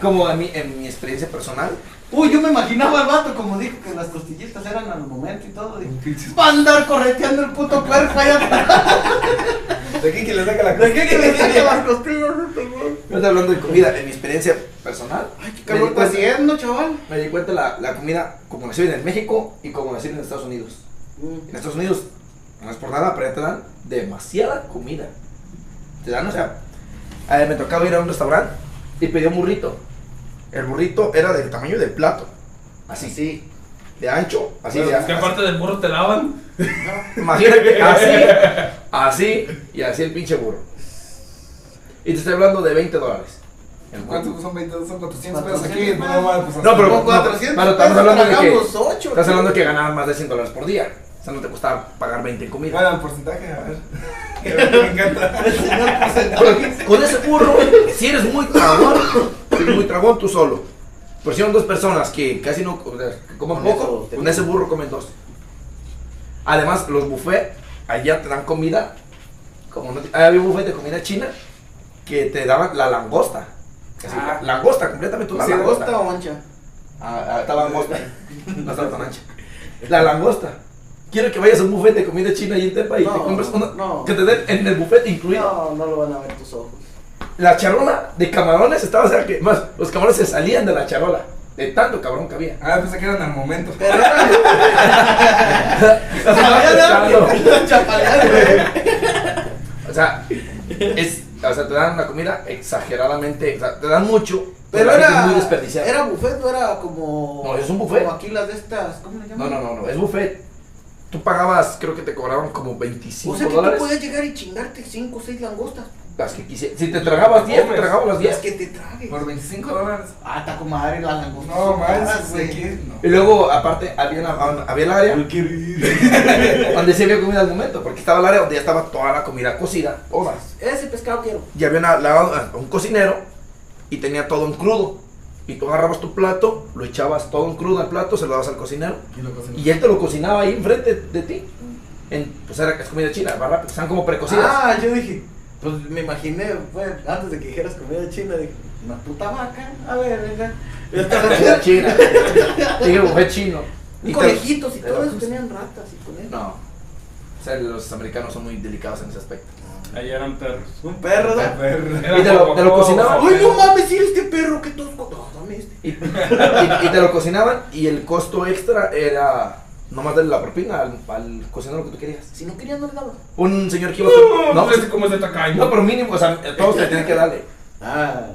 Speaker 5: Como en mi, en mi experiencia personal,
Speaker 2: Uy, yo me imaginaba al vato como dijo que las costillitas eran al momento y todo. Dije, va a andar correteando el puto cuerpo allá
Speaker 5: <laughs>
Speaker 2: atrás.
Speaker 3: ¿De aquí que le saca la
Speaker 2: ¿De qué que le saque las costillas este güey?
Speaker 5: no estoy hablando de comida, en mi experiencia personal,
Speaker 2: Ay, qué calor
Speaker 5: calor
Speaker 2: está
Speaker 5: está
Speaker 2: haciendo, chaval.
Speaker 5: me di cuenta la, la comida como la sirven en México y como la sirven en Estados Unidos. En Estados Unidos, no es por nada, pero ya te dan demasiada comida. Te dan, o sea, a ver, me tocaba ir a un restaurante y pedí un burrito. El burrito era del tamaño del plato, así,
Speaker 2: Sí.
Speaker 5: de ancho, así, de
Speaker 1: Pero, ¿Qué
Speaker 5: así.
Speaker 1: parte del burro te daban?
Speaker 5: Imagínate, así, así y así el pinche burro. Y te estoy hablando de 20 dólares. El burro.
Speaker 3: ¿Cuántos Pues, son 22? Son 400 pesos
Speaker 2: 400
Speaker 3: aquí. No, mal, pues
Speaker 5: No, pero-
Speaker 2: Con 400
Speaker 5: pero estamos hablando de que-
Speaker 2: pagamos 8.
Speaker 5: Estás hablando que ganaban más de 100 dólares por día. O sea, no te costaba pagar 20 en comida.
Speaker 3: Bueno, el porcentaje, a ver. <laughs> Que Me encanta.
Speaker 5: Con ese burro, si eres muy tragón, si eres muy tragón tú solo. Por si son dos personas que casi no o sea, que coman
Speaker 2: Con eso
Speaker 5: poco,
Speaker 2: te
Speaker 5: con
Speaker 2: comes.
Speaker 5: ese burro comen dos. Además, los buffets allá te dan comida. Como no, te- ah, había un buffet de comida china que te daban la langosta. Así,
Speaker 3: Ah.
Speaker 5: la- langosta, completamente una
Speaker 2: ¿Se
Speaker 5: langosta.
Speaker 2: gusta o ancha?
Speaker 5: Ah, ah, estaba angosta. No estaba tan ancha. La langosta. Quiero que vayas a un buffet de comida china y en Tepa y
Speaker 2: No,
Speaker 5: te compres una.
Speaker 2: no.
Speaker 5: Que te den en el buffet incluido.
Speaker 2: No, no lo van a ver tus ojos.
Speaker 5: La charola de camarones estaba, o sea, que más, los camarones se salían de la charola. De tanto cabrón que había.
Speaker 3: Ah, pensé que eran al momento.
Speaker 2: Pero era <laughs> chapalear, güey.
Speaker 5: O sea, es, o sea, te dan una comida exageradamente, o sea, te dan mucho,
Speaker 2: Pero
Speaker 5: pero la gente es
Speaker 2: era.
Speaker 5: muy desperdiciada.
Speaker 2: Era buffet, no era como.
Speaker 5: No, es un buffet.
Speaker 2: Como aquí las de estas. ¿Cómo le
Speaker 5: No,
Speaker 2: llaman?
Speaker 5: no, no, no, es buffet. Tú pagabas, creo que te cobraban como 25
Speaker 2: O sea que tú
Speaker 5: dólares.
Speaker 2: podías llegar y chingarte 5 o 6 langostas.
Speaker 5: Las que quise. Si te tragabas 10, te
Speaker 1: Comes.
Speaker 5: tragabas las
Speaker 2: Las
Speaker 5: 10.
Speaker 2: que te tragues.
Speaker 3: Por 25 dólares. Ah,
Speaker 2: Ah, está con madre la langosta. Ah,
Speaker 3: No, más,
Speaker 2: más,
Speaker 3: güey. ¿qué? No.
Speaker 5: Y luego, aparte, había, la- había el área <laughs> donde se había comida al momento, porque estaba el área donde ya estaba toda la comida cocida, todas.
Speaker 2: Ese pescado quiero.
Speaker 5: y había una- la- un cocinero y tenía todo en crudo. Y tú agarrabas tu plato, lo echabas todo en crudo al plato, se lo dabas al cocinero.
Speaker 3: Y lo cociné.
Speaker 5: Y él te lo cocinaba ahí enfrente de ti. En, pues era es comida china, ¿verdad? Porque están como precocidas.
Speaker 2: Ah, yo dije, pues me imaginé, pues, antes de que dijeras comida china, dije, una puta vaca, a ver,
Speaker 5: <laughs>
Speaker 2: venga. Y hasta-
Speaker 5: comida china. Dije, buffet chino.
Speaker 2: Y
Speaker 5: te-
Speaker 2: conejitos y
Speaker 5: te
Speaker 2: todo
Speaker 5: lo-
Speaker 2: eso tenían ratas y con eso.
Speaker 5: No. O sea, los americanos son muy delicados en ese aspecto.
Speaker 6: Allá eran perros.
Speaker 2: Un perro,
Speaker 3: La
Speaker 2: ¿no?
Speaker 3: perra.
Speaker 5: Y te lo- te lo cocinaba.
Speaker 2: Ay, no mames, sí, este perro que tosco. No, dame este.
Speaker 5: Y, y- y te lo cocinaban y el costo extra era nomás darle la propina al, al cocinero que tú querías.
Speaker 2: Si no querían, no le daba.
Speaker 5: Un señor que iba
Speaker 1: No,
Speaker 5: con-
Speaker 1: no, pues como es de tacaño.
Speaker 5: No, pero mínimo, o sea, a todos te tienen que darle.
Speaker 2: Ah.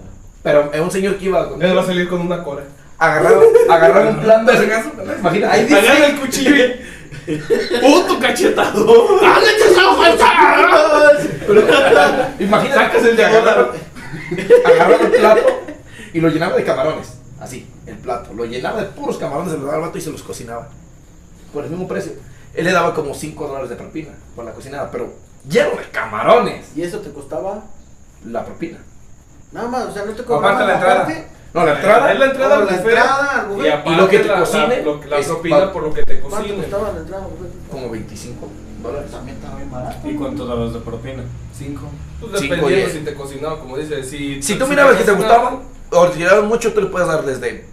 Speaker 5: Pero es un señor que iba con.
Speaker 1: Él va a salir con una cora.
Speaker 5: Agarraba, agarraba un plan de. Imagina, ahí dice.
Speaker 1: Agarra el <laughs> cuchillo y... ¡Puto cachetado!
Speaker 5: Imagina,
Speaker 1: Sacas el de agarrar.
Speaker 5: agarraba el plato y lo llenaba de camarones. Así, el plato. Lo llenaba de puros camarones, se los daba al vato y se los cocinaba. Por el mismo precio. Él le daba como 5 dólares de propina por la cocinada, pero lleno de camarones
Speaker 2: Y eso te costaba
Speaker 5: la propina.
Speaker 2: nada más, o sea, no te cobraban
Speaker 3: Aparte la entrada.
Speaker 2: parte,
Speaker 5: No, la
Speaker 1: Es
Speaker 5: entrada.
Speaker 1: la entrada
Speaker 2: o
Speaker 1: al
Speaker 2: la
Speaker 1: buffet.
Speaker 2: entrada, al
Speaker 1: Y
Speaker 2: buffet.
Speaker 1: aparte
Speaker 5: lo que te
Speaker 1: la,
Speaker 5: cocine
Speaker 1: la, lo- la
Speaker 5: es
Speaker 1: propina
Speaker 5: pa-
Speaker 1: por lo que te
Speaker 3: Pues
Speaker 2: ¿Cuánto
Speaker 1: cocine.
Speaker 2: costaba la entrada al buffet?
Speaker 5: Como 25 dólares.
Speaker 2: También estaba bien barato.
Speaker 6: ¿Y cuánto dabas de propina?
Speaker 3: 5.
Speaker 1: Pues
Speaker 5: Cinco,
Speaker 1: dependiendo
Speaker 5: diez.
Speaker 1: si te cocinaba, como dices. Si,
Speaker 5: Si tú mirabas que te
Speaker 1: cocinaba-
Speaker 5: gustaban o te llegaban mucho, tú le puedes dar desde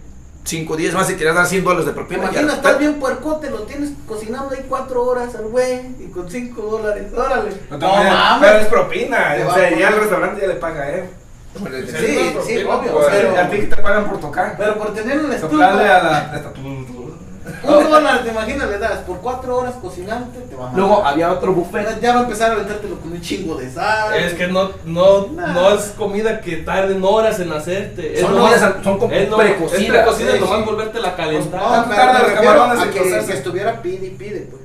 Speaker 5: 5 10 más. Si querías dar 100 dólares de
Speaker 2: ¿Te
Speaker 5: propina,
Speaker 2: imaginas?
Speaker 5: ya-
Speaker 2: Estás bien puercote, lo tienes cocinando ahí cuatro horas al güey y con cinco dólares. Órale.
Speaker 3: No, te voy a- Pero es propina.
Speaker 2: Te
Speaker 3: O
Speaker 2: va
Speaker 3: sea,
Speaker 2: a
Speaker 3: ya
Speaker 2: poner-
Speaker 3: el restaurante ya le paga, eh.
Speaker 1: Sí,
Speaker 2: Sí,
Speaker 1: es una
Speaker 2: sí,
Speaker 1: propina,
Speaker 2: obvio,
Speaker 1: pues.
Speaker 2: pero-
Speaker 3: A ti que te pagan por tocar.
Speaker 2: Pero por tener un
Speaker 3: Soplarle
Speaker 2: estufa,
Speaker 3: a la. esta-
Speaker 2: un dólar, te imaginas, le das por cuatro horas cocinante, te va a
Speaker 5: Luego
Speaker 2: matar.
Speaker 5: había otro buffet.
Speaker 2: Pero ya va a empezar a vendértelo con un chingo de sal.
Speaker 1: Es que no, no,
Speaker 2: Nah.
Speaker 1: no es comida que tarden horas en hacerte. Es
Speaker 5: Son
Speaker 1: nomás-
Speaker 5: comidas al- son como
Speaker 1: es no-
Speaker 5: precocidas.
Speaker 1: Es precocida,
Speaker 2: Sí,
Speaker 1: nomás
Speaker 2: sí.
Speaker 1: volverte la
Speaker 2: No,
Speaker 1: calentar.
Speaker 2: pero me
Speaker 3: tarde los
Speaker 2: refiero
Speaker 3: camarones
Speaker 2: a
Speaker 3: en
Speaker 2: que,
Speaker 3: cocerse.
Speaker 2: que estuviera pide y pide, pues.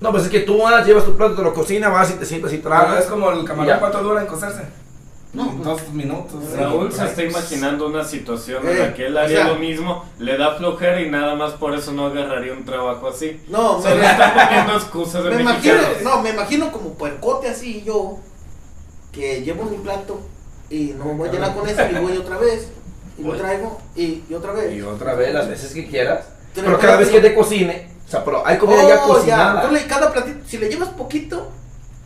Speaker 5: No, pues es que tú vas, llevas tu plato, te lo cocinas, vas y te sientas y
Speaker 3: Pero es
Speaker 5: tragas.
Speaker 3: como el camarón,
Speaker 5: Ya.
Speaker 3: ¿cuánto dura en cocerse?
Speaker 2: No,
Speaker 3: En
Speaker 2: pues-
Speaker 3: dos minutos.
Speaker 6: Raúl
Speaker 3: Sí,
Speaker 6: se está imaginando una situación en
Speaker 2: Eh,
Speaker 6: la que él
Speaker 2: o
Speaker 6: haría
Speaker 2: sea-
Speaker 6: lo mismo, le da flojera y nada más por eso no agarraría un trabajo así.
Speaker 2: No,
Speaker 6: Se
Speaker 2: me,
Speaker 6: le están
Speaker 2: <laughs>
Speaker 6: poniendo excusas de
Speaker 2: me imagino,
Speaker 6: mexicanos.
Speaker 2: no, me imagino como puercote así yo, que llevo mi plato y no me voy a llenar con eso y voy otra vez. Y lo traigo y, y otra vez.
Speaker 5: Y otra vez, las veces que quieras.
Speaker 2: Te lo
Speaker 5: Pero cada
Speaker 2: juro,
Speaker 5: vez
Speaker 2: sí.
Speaker 5: que te cocine, o sea, pero hay comida ya
Speaker 2: Oh,
Speaker 5: cocinada.
Speaker 2: Tú le, cada platito, si le llevas poquito,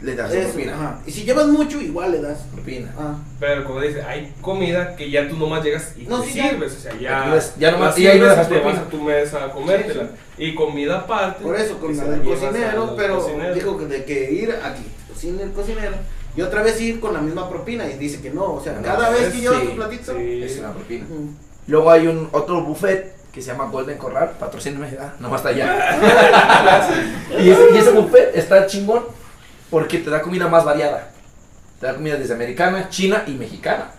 Speaker 5: Le das
Speaker 2: eso,
Speaker 5: propina.
Speaker 2: ajá. Y si llevas mucho, igual le das.
Speaker 5: Propina.
Speaker 2: Ah.
Speaker 1: Pero como dices, hay comida que ya tú nomás llegas y
Speaker 2: No,
Speaker 1: te
Speaker 2: sí, ya.
Speaker 1: sirves. O sea,
Speaker 5: Aquí
Speaker 1: ya.
Speaker 5: ves- ya nomás-
Speaker 1: la
Speaker 5: y ahí no
Speaker 1: sirves
Speaker 5: dejas
Speaker 1: te vas
Speaker 5: propina.
Speaker 1: a tu mesa a comértela. Y comida aparte.
Speaker 2: Por eso, con
Speaker 1: que
Speaker 2: la
Speaker 1: se
Speaker 2: del
Speaker 1: llevas
Speaker 2: cocinero,
Speaker 1: al
Speaker 2: pero
Speaker 1: cocinero.
Speaker 2: dijo que de que ir aquí, cocina el cocinero, y otra vez ir con la misma propina, y dice que no, o sea,
Speaker 5: No,
Speaker 2: cada vez que
Speaker 5: sí,
Speaker 2: llevas tu platito.
Speaker 1: sí.
Speaker 4: <laughs>
Speaker 5: Es una propina.
Speaker 2: Mm.
Speaker 5: Luego hay un otro buffet que se llama Golden Corral, patrocíname, ah, no hasta allá. y, ese, y ese buffet está chingón porque te da comida más variada. Te da comida desde americana, china y mexicana.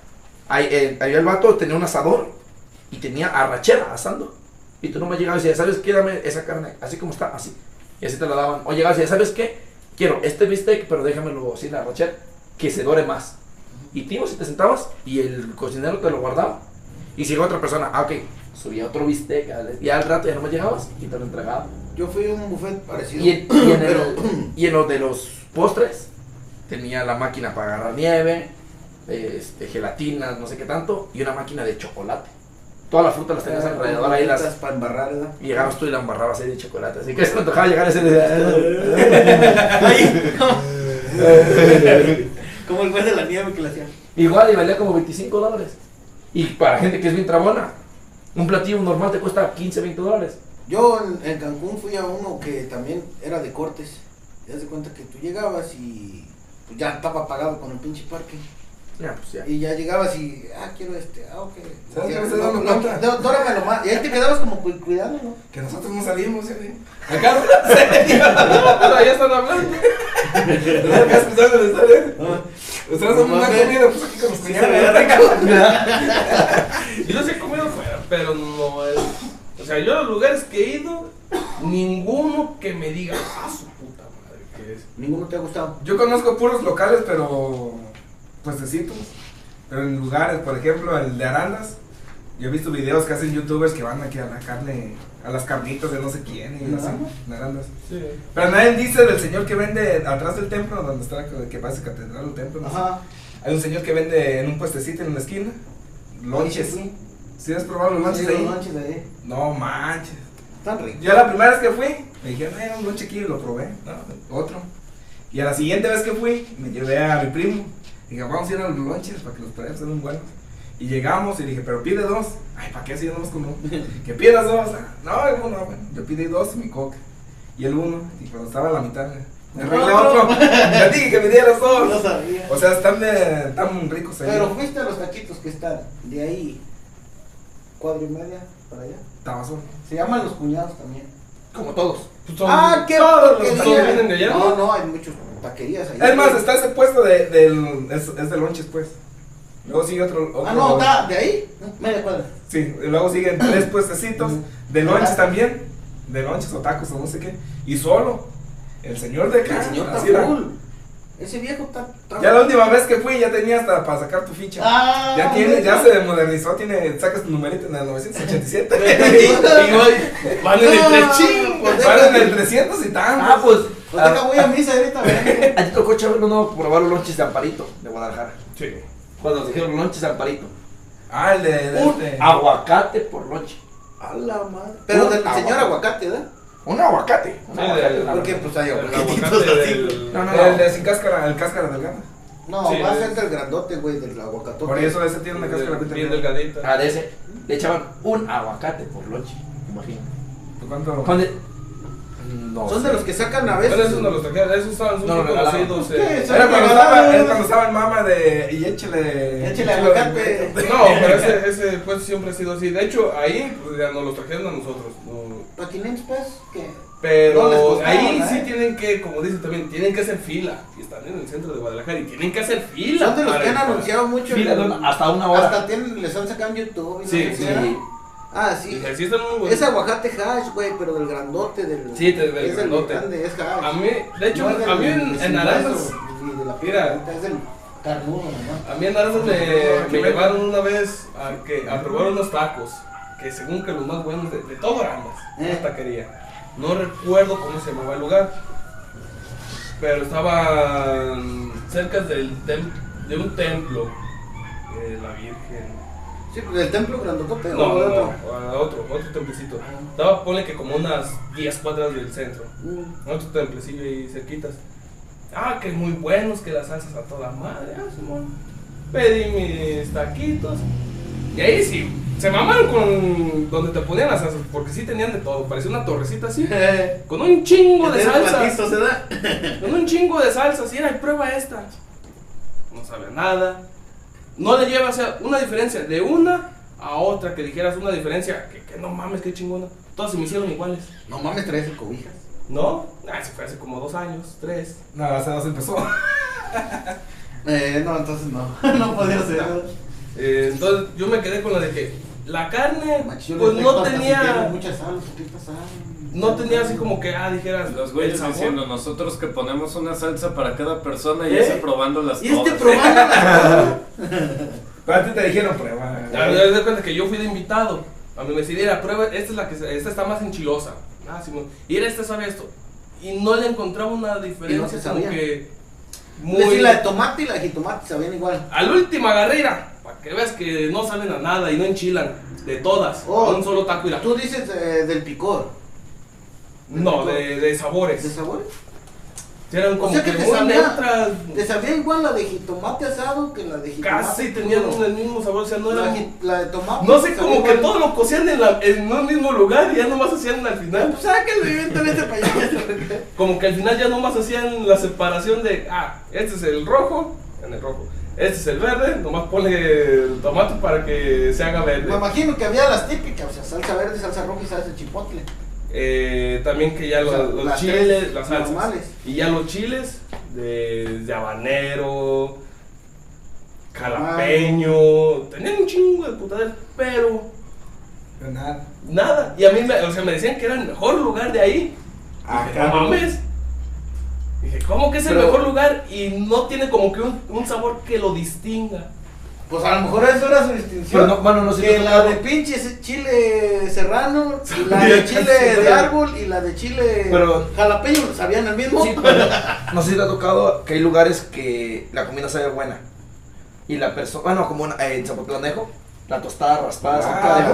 Speaker 5: Ahí, eh, ahí el vato tenía un asador y tenía arrachera asando. Y tú nomás llegabas y decías, ¿sabes qué? Dame esa carne, así como está, así. Y así te la daban. O llegabas y decías, ¿sabes qué? Quiero este bistec, pero déjamelo sin la arrachera, que se dore más. Y te ibas y te sentabas y el cocinero te lo guardaba. Y si llegó otra persona, ah, ok, subía otro bistec, al- y al rato ya no me llegabas y te lo entregaba.
Speaker 2: Yo fui a un buffet parecido.
Speaker 5: Y en, y en el-
Speaker 2: pero
Speaker 5: y en los de los postres, tenía la máquina para agarrar nieve, este, gelatinas, no sé qué tanto, y una máquina de chocolate. Toda la fruta las tenías alrededor ahí las.
Speaker 2: para embarrar, ¿verdad? <laughs>
Speaker 5: Y llegabas tú y la embarrabas ahí de chocolate. Así que se me antojaba llegar a ese.
Speaker 2: Ahí, como,
Speaker 5: <laughs>
Speaker 2: como el güey de la nieve que le hacía.
Speaker 5: Igual y valía como 25 dólares. Y para gente que es bien trabona, un platillo normal te cuesta 15, 20 dólares.
Speaker 2: Yo en, en Cancún fui a uno que también era de cortes. Te das de cuenta que tú llegabas y pues, ya estaba pagado con el pinche parque.
Speaker 5: Ya, pues ya.
Speaker 2: Y ya llegabas y, ah, quiero este, ah, ok.
Speaker 3: ¿Sabes
Speaker 2: Ya,
Speaker 3: qué me estoy
Speaker 2: no,
Speaker 3: dando
Speaker 2: no,
Speaker 3: cuenta?
Speaker 2: no, dóramelo más. Y ahí te quedabas como cu- cuidando, ¿no?
Speaker 3: Que nosotros no salimos, ¿sí? güey? <laughs>
Speaker 5: Acá, serio. Pero ya están hablando.
Speaker 3: ¿No me has pensado en ustedes? Ustedes son
Speaker 2: No
Speaker 3: una
Speaker 2: mames.
Speaker 3: comida, pues aquí con los cuñados.
Speaker 4: Yo los he comido fuera, pero no es. O sea, yo a los lugares que he ido, ninguno que me diga, ah, su puta madre, que es.
Speaker 2: Ninguno te ha gustado.
Speaker 3: Yo conozco puros locales, pero puestecitos. Pero en lugares, por ejemplo, el de Arandas. Yo he visto videos que hacen youtubers que van aquí a la carne, a las carnitas de no sé quién y así, en Arandas.
Speaker 4: Sí.
Speaker 3: Pero nadie dice del señor que vende atrás del templo, donde está la- que parece catedral o templo. no sé.
Speaker 2: Ajá.
Speaker 3: Hay un señor que vende en un puestecito en una esquina, lonches.
Speaker 2: Sí,
Speaker 3: ¿Sí has probado los lonches
Speaker 2: sí,
Speaker 3: de
Speaker 2: los
Speaker 3: ahí?
Speaker 2: lonches de ahí.
Speaker 3: No manches.
Speaker 2: Están ricos.
Speaker 3: Yo la primera vez que fui, me dijeron, era un lonche aquí y lo probé, ¿no? otro. Y a la siguiente vez que fui, me llevé a mi primo. Dije, vamos a ir a los lonches para que los playas sean buenos. Y llegamos y dije, pero pide dos. Ay, ¿para qué si yo no los conozco? que pidas dos. Ah, No, uno, bueno. Yo pide dos y mi coca. Y el uno, y cuando estaba a la mitad, me arreglé
Speaker 2: Otro.
Speaker 3: otro. Me dije que me dieras
Speaker 2: No
Speaker 3: dos.
Speaker 2: sabía.
Speaker 3: O sea, están, de- están ricos ahí.
Speaker 2: Pero fuiste a los taquitos que están de ahí, cuadra y media para allá.
Speaker 3: Estaba solo.
Speaker 2: Se llaman los cuñados también.
Speaker 5: Como todos.
Speaker 4: pues
Speaker 2: ah, qué
Speaker 4: todos los
Speaker 2: porquería.
Speaker 4: taquitos vienen de allá,
Speaker 2: No, no, hay muchas taquerías ahí.
Speaker 3: Es más, está ese puesto de, del, es, es de lonches, pues. Luego sigue otro. otro
Speaker 2: Ah, no, está de ahí, media cuadra.
Speaker 3: Sí, y luego siguen tres puestecitos de
Speaker 2: Ajá.
Speaker 3: lonches también, de lonches o tacos o no sé qué, y solo el señor de acá.
Speaker 2: El señor
Speaker 3: así era.
Speaker 2: está full. Ese viejo está. está-
Speaker 3: Ya la última vez que fui ya tenía hasta para sacar tu ficha.
Speaker 2: Ah,
Speaker 3: ya tiene, ya
Speaker 2: bueno.
Speaker 3: se modernizó, tiene, sacas tu numerito en el 987.
Speaker 2: <laughs>
Speaker 3: <laughs>
Speaker 4: Van en el
Speaker 2: No,
Speaker 4: tres
Speaker 2: pues
Speaker 4: chingos.
Speaker 3: Van en el 300 y
Speaker 5: Ah,
Speaker 3: tantos.
Speaker 5: pues.
Speaker 2: Pues deja,
Speaker 5: A,
Speaker 2: voy a misa ahorita, ¿verdad?
Speaker 5: <laughs> a ti tocó, chaval, no probar los lonches de Amparito de Guadalajara.
Speaker 3: Sí.
Speaker 5: Cuando nos dijeron lonches de Amparito.
Speaker 3: Ah, el de, de
Speaker 5: Un
Speaker 3: este-
Speaker 5: aguacate por lonche.
Speaker 2: A la madre. Pero del
Speaker 5: Ah,
Speaker 2: señor
Speaker 5: bueno.
Speaker 2: aguacate, ¿verdad?
Speaker 5: Un aguacate. Un
Speaker 4: Sí,
Speaker 5: aguacate.
Speaker 4: de-
Speaker 5: una
Speaker 2: Porque
Speaker 5: verdura.
Speaker 2: pues hay
Speaker 4: El
Speaker 2: aguacatitos
Speaker 4: aguacate
Speaker 2: así.
Speaker 4: del-
Speaker 5: No, no,
Speaker 3: el
Speaker 5: no.
Speaker 3: de sin cáscara, el cáscara delgada.
Speaker 2: No,
Speaker 4: Sí,
Speaker 2: va a
Speaker 4: es-
Speaker 2: ser del grandote, güey, del aguacatote.
Speaker 3: Por eso ese tiene una cáscara
Speaker 4: del-
Speaker 3: bien
Speaker 4: Bien
Speaker 3: delgada.
Speaker 4: delgadita.
Speaker 5: Ah, de ese. Le echaban un aguacate por lonche. Imagínate.
Speaker 3: ¿Tú ¿Cuánto?
Speaker 5: Juan de- No.
Speaker 2: Son de los que sacan a veces.
Speaker 4: Pero esos no los trajeron, esos estaban
Speaker 5: No,
Speaker 4: súper
Speaker 5: no, regalaron.
Speaker 4: conocidos.
Speaker 2: ¿Qué?
Speaker 4: eh.
Speaker 2: Son
Speaker 3: Era cuando
Speaker 2: regalados.
Speaker 3: estaba, era cuando estaba el mama de. Y échale.
Speaker 2: Échale aguacate.
Speaker 4: No, pero ese, ese pues siempre ha sido así. De hecho, ahí pues, ya nos los trajeron a nosotros. no-
Speaker 2: ¿Para 500 pesos? pues, ¿Qué?
Speaker 4: Pero
Speaker 2: No les costaba,
Speaker 4: ahí
Speaker 2: ¿eh?
Speaker 4: sí tienen que, como dicen también, tienen que hacer fila. Y están en el centro de Guadalajara y tienen que hacer fila.
Speaker 2: Son de los
Speaker 4: para
Speaker 2: que han
Speaker 4: entrar.
Speaker 2: anunciado mucho.
Speaker 5: Fila
Speaker 2: en-
Speaker 5: de una- hasta una hora.
Speaker 2: Hasta tienen, les han sacado en YouTube. y no
Speaker 4: Sí,
Speaker 2: sé
Speaker 4: sí.
Speaker 2: qué era. Ah,
Speaker 4: Y
Speaker 2: sí.
Speaker 4: así están muy buenos.
Speaker 2: Es aguacate hash, güey, pero del grandote. Del,
Speaker 4: Sí, del- del
Speaker 2: es
Speaker 4: grandote.
Speaker 2: grande, es hash.
Speaker 4: A mí, de hecho,
Speaker 2: No es del-
Speaker 4: a mí en,
Speaker 2: del
Speaker 4: en Arandas,
Speaker 2: silbazo, ni de la
Speaker 4: Mira.
Speaker 2: piedrita, Es del carnudo, nomás.
Speaker 4: a mí en Arandas me, me llevaron una vez a, que, a probar unos tacos, que según que los más buenos de, de todo Arandas,
Speaker 2: Eh.
Speaker 4: una taquería. No recuerdo cómo se llamaba el lugar, pero estaban cerca del tem- de un templo de la Virgen.
Speaker 2: Sí, pues del templo grandotote.
Speaker 4: No,
Speaker 2: o
Speaker 4: no,
Speaker 2: de
Speaker 4: no,
Speaker 2: otro. Ah.
Speaker 4: a otro, otro templecito. Estaba, ponle que como unas 10 cuadras del centro.
Speaker 2: Mm.
Speaker 4: Otro templecillo ahí cerquitas. Ah, que muy buenos, que las salsas a toda madre. Ah, Simón. Pedí mis taquitos. Y ahí sí, se mamaron con donde te ponían las salsas, porque sí tenían de todo. Parecía una torrecita así.
Speaker 2: Eh,
Speaker 4: Con un chingo de
Speaker 2: el
Speaker 4: salsas.
Speaker 2: platizo se da.
Speaker 4: Con un chingo de salsa, si era, y prueba esta. No sabe a nada. No le lleva, o sea, una diferencia de una a otra, que dijeras una diferencia, que, que no mames, qué chingona. Todas se me hicieron iguales.
Speaker 2: No mames, traes el cobijas.
Speaker 4: ¿No? Ah, se fue hace como dos años, tres.
Speaker 3: No, hace dos empezó.
Speaker 2: Eh, no, entonces no. <laughs> no podía ser.
Speaker 4: Eh, entonces yo me quedé con la de que la carne,
Speaker 2: Macho, yo
Speaker 4: pues
Speaker 2: le
Speaker 4: no
Speaker 2: tengo hasta si tiene
Speaker 4: tenía,
Speaker 2: Mucha sal, ¿qué pasa?
Speaker 4: no tenía así como que, ah, dijeras,
Speaker 6: Los
Speaker 4: el
Speaker 6: güeyes
Speaker 4: sabor.
Speaker 6: diciendo, nosotros que ponemos una salsa para cada persona y
Speaker 4: ¿Eh?
Speaker 6: ese probando las
Speaker 2: Y este
Speaker 6: todas.
Speaker 4: <laughs>
Speaker 2: probando la
Speaker 3: Pero a ti te dijeron prueba. ¿eh?
Speaker 4: Ya me doy cuenta que yo fui de invitado. A mí me decían, "Mira, prueba, esta es la que se- esta está más enchilosa. Ah, Simón. Y era esta sabe esto. Y no le encontraba una
Speaker 2: Y no
Speaker 4: diferencia
Speaker 2: se
Speaker 4: como
Speaker 2: sabía.
Speaker 4: que
Speaker 2: Muy...
Speaker 4: muy
Speaker 2: la de tomate y la de jitomate sabían igual.
Speaker 4: a la última garrera. para que veas que no salen a nada y no enchilan, de todas,
Speaker 2: Oh.
Speaker 4: a un solo taco y la...
Speaker 2: Tú dices eh, del picor,
Speaker 4: No, de, de
Speaker 2: de
Speaker 4: sabores.
Speaker 2: sabores.
Speaker 4: Eran como
Speaker 2: O sea que
Speaker 4: que,
Speaker 2: te
Speaker 4: muy
Speaker 2: sabía-
Speaker 4: neutras,
Speaker 2: Te sabía igual la de jitomate asado que la de jitomate.
Speaker 4: casi tenían
Speaker 2: crudo.
Speaker 4: el mismo sabor, o sea, no
Speaker 2: la,
Speaker 4: eran...
Speaker 2: ji- la de tomate.
Speaker 4: No sé,
Speaker 2: sabía
Speaker 4: como que
Speaker 2: igual. <laughs>
Speaker 4: todo lo cocían en, la- en un mismo lugar y ya nomás hacían al final.
Speaker 2: Pues sáquenlo y vente en este payaso.
Speaker 4: Como que al final ya nomás hacían la separación de, ah, este es el rojo, en el rojo. Este es el verde, nomás ponle el tomate para que se haga verde.
Speaker 2: Me imagino que había las típicas, o sea, salsa verde, salsa roja y salsa chipotle.
Speaker 4: Eh, también que ya
Speaker 2: O sea,
Speaker 4: los, los
Speaker 2: las
Speaker 4: chiles,
Speaker 2: tres
Speaker 4: las salsas.
Speaker 2: normales.
Speaker 4: Y ya los chiles de, de habanero, jalapeño, tenían un chingo de putadera, pero
Speaker 3: Pero nada.
Speaker 4: nada. Y a mí, me, o sea, me decían que era el mejor lugar de ahí. Dije,
Speaker 5: Acá.
Speaker 4: Ah, no mames. Dije, ¿cómo que es el
Speaker 5: Pero-
Speaker 4: mejor lugar? Y no tiene como que un, un sabor que lo distinga.
Speaker 2: Pues a lo mejor eso era su
Speaker 5: Pero
Speaker 2: distinción.
Speaker 5: no, mano, no sé.
Speaker 2: que la de pinche ese chile serrano, y la de chile de árbol y la de chile
Speaker 5: Pero-
Speaker 2: jalapeño, pues, ¿sabían el mismo?
Speaker 5: Sí, pero no sé si te ha tocado que hay lugares que la comida sabe buena. Y la persona, bueno, como en- en Zapotlanejo, la tostada raspada,
Speaker 3: Ah,
Speaker 5: salteada,
Speaker 3: no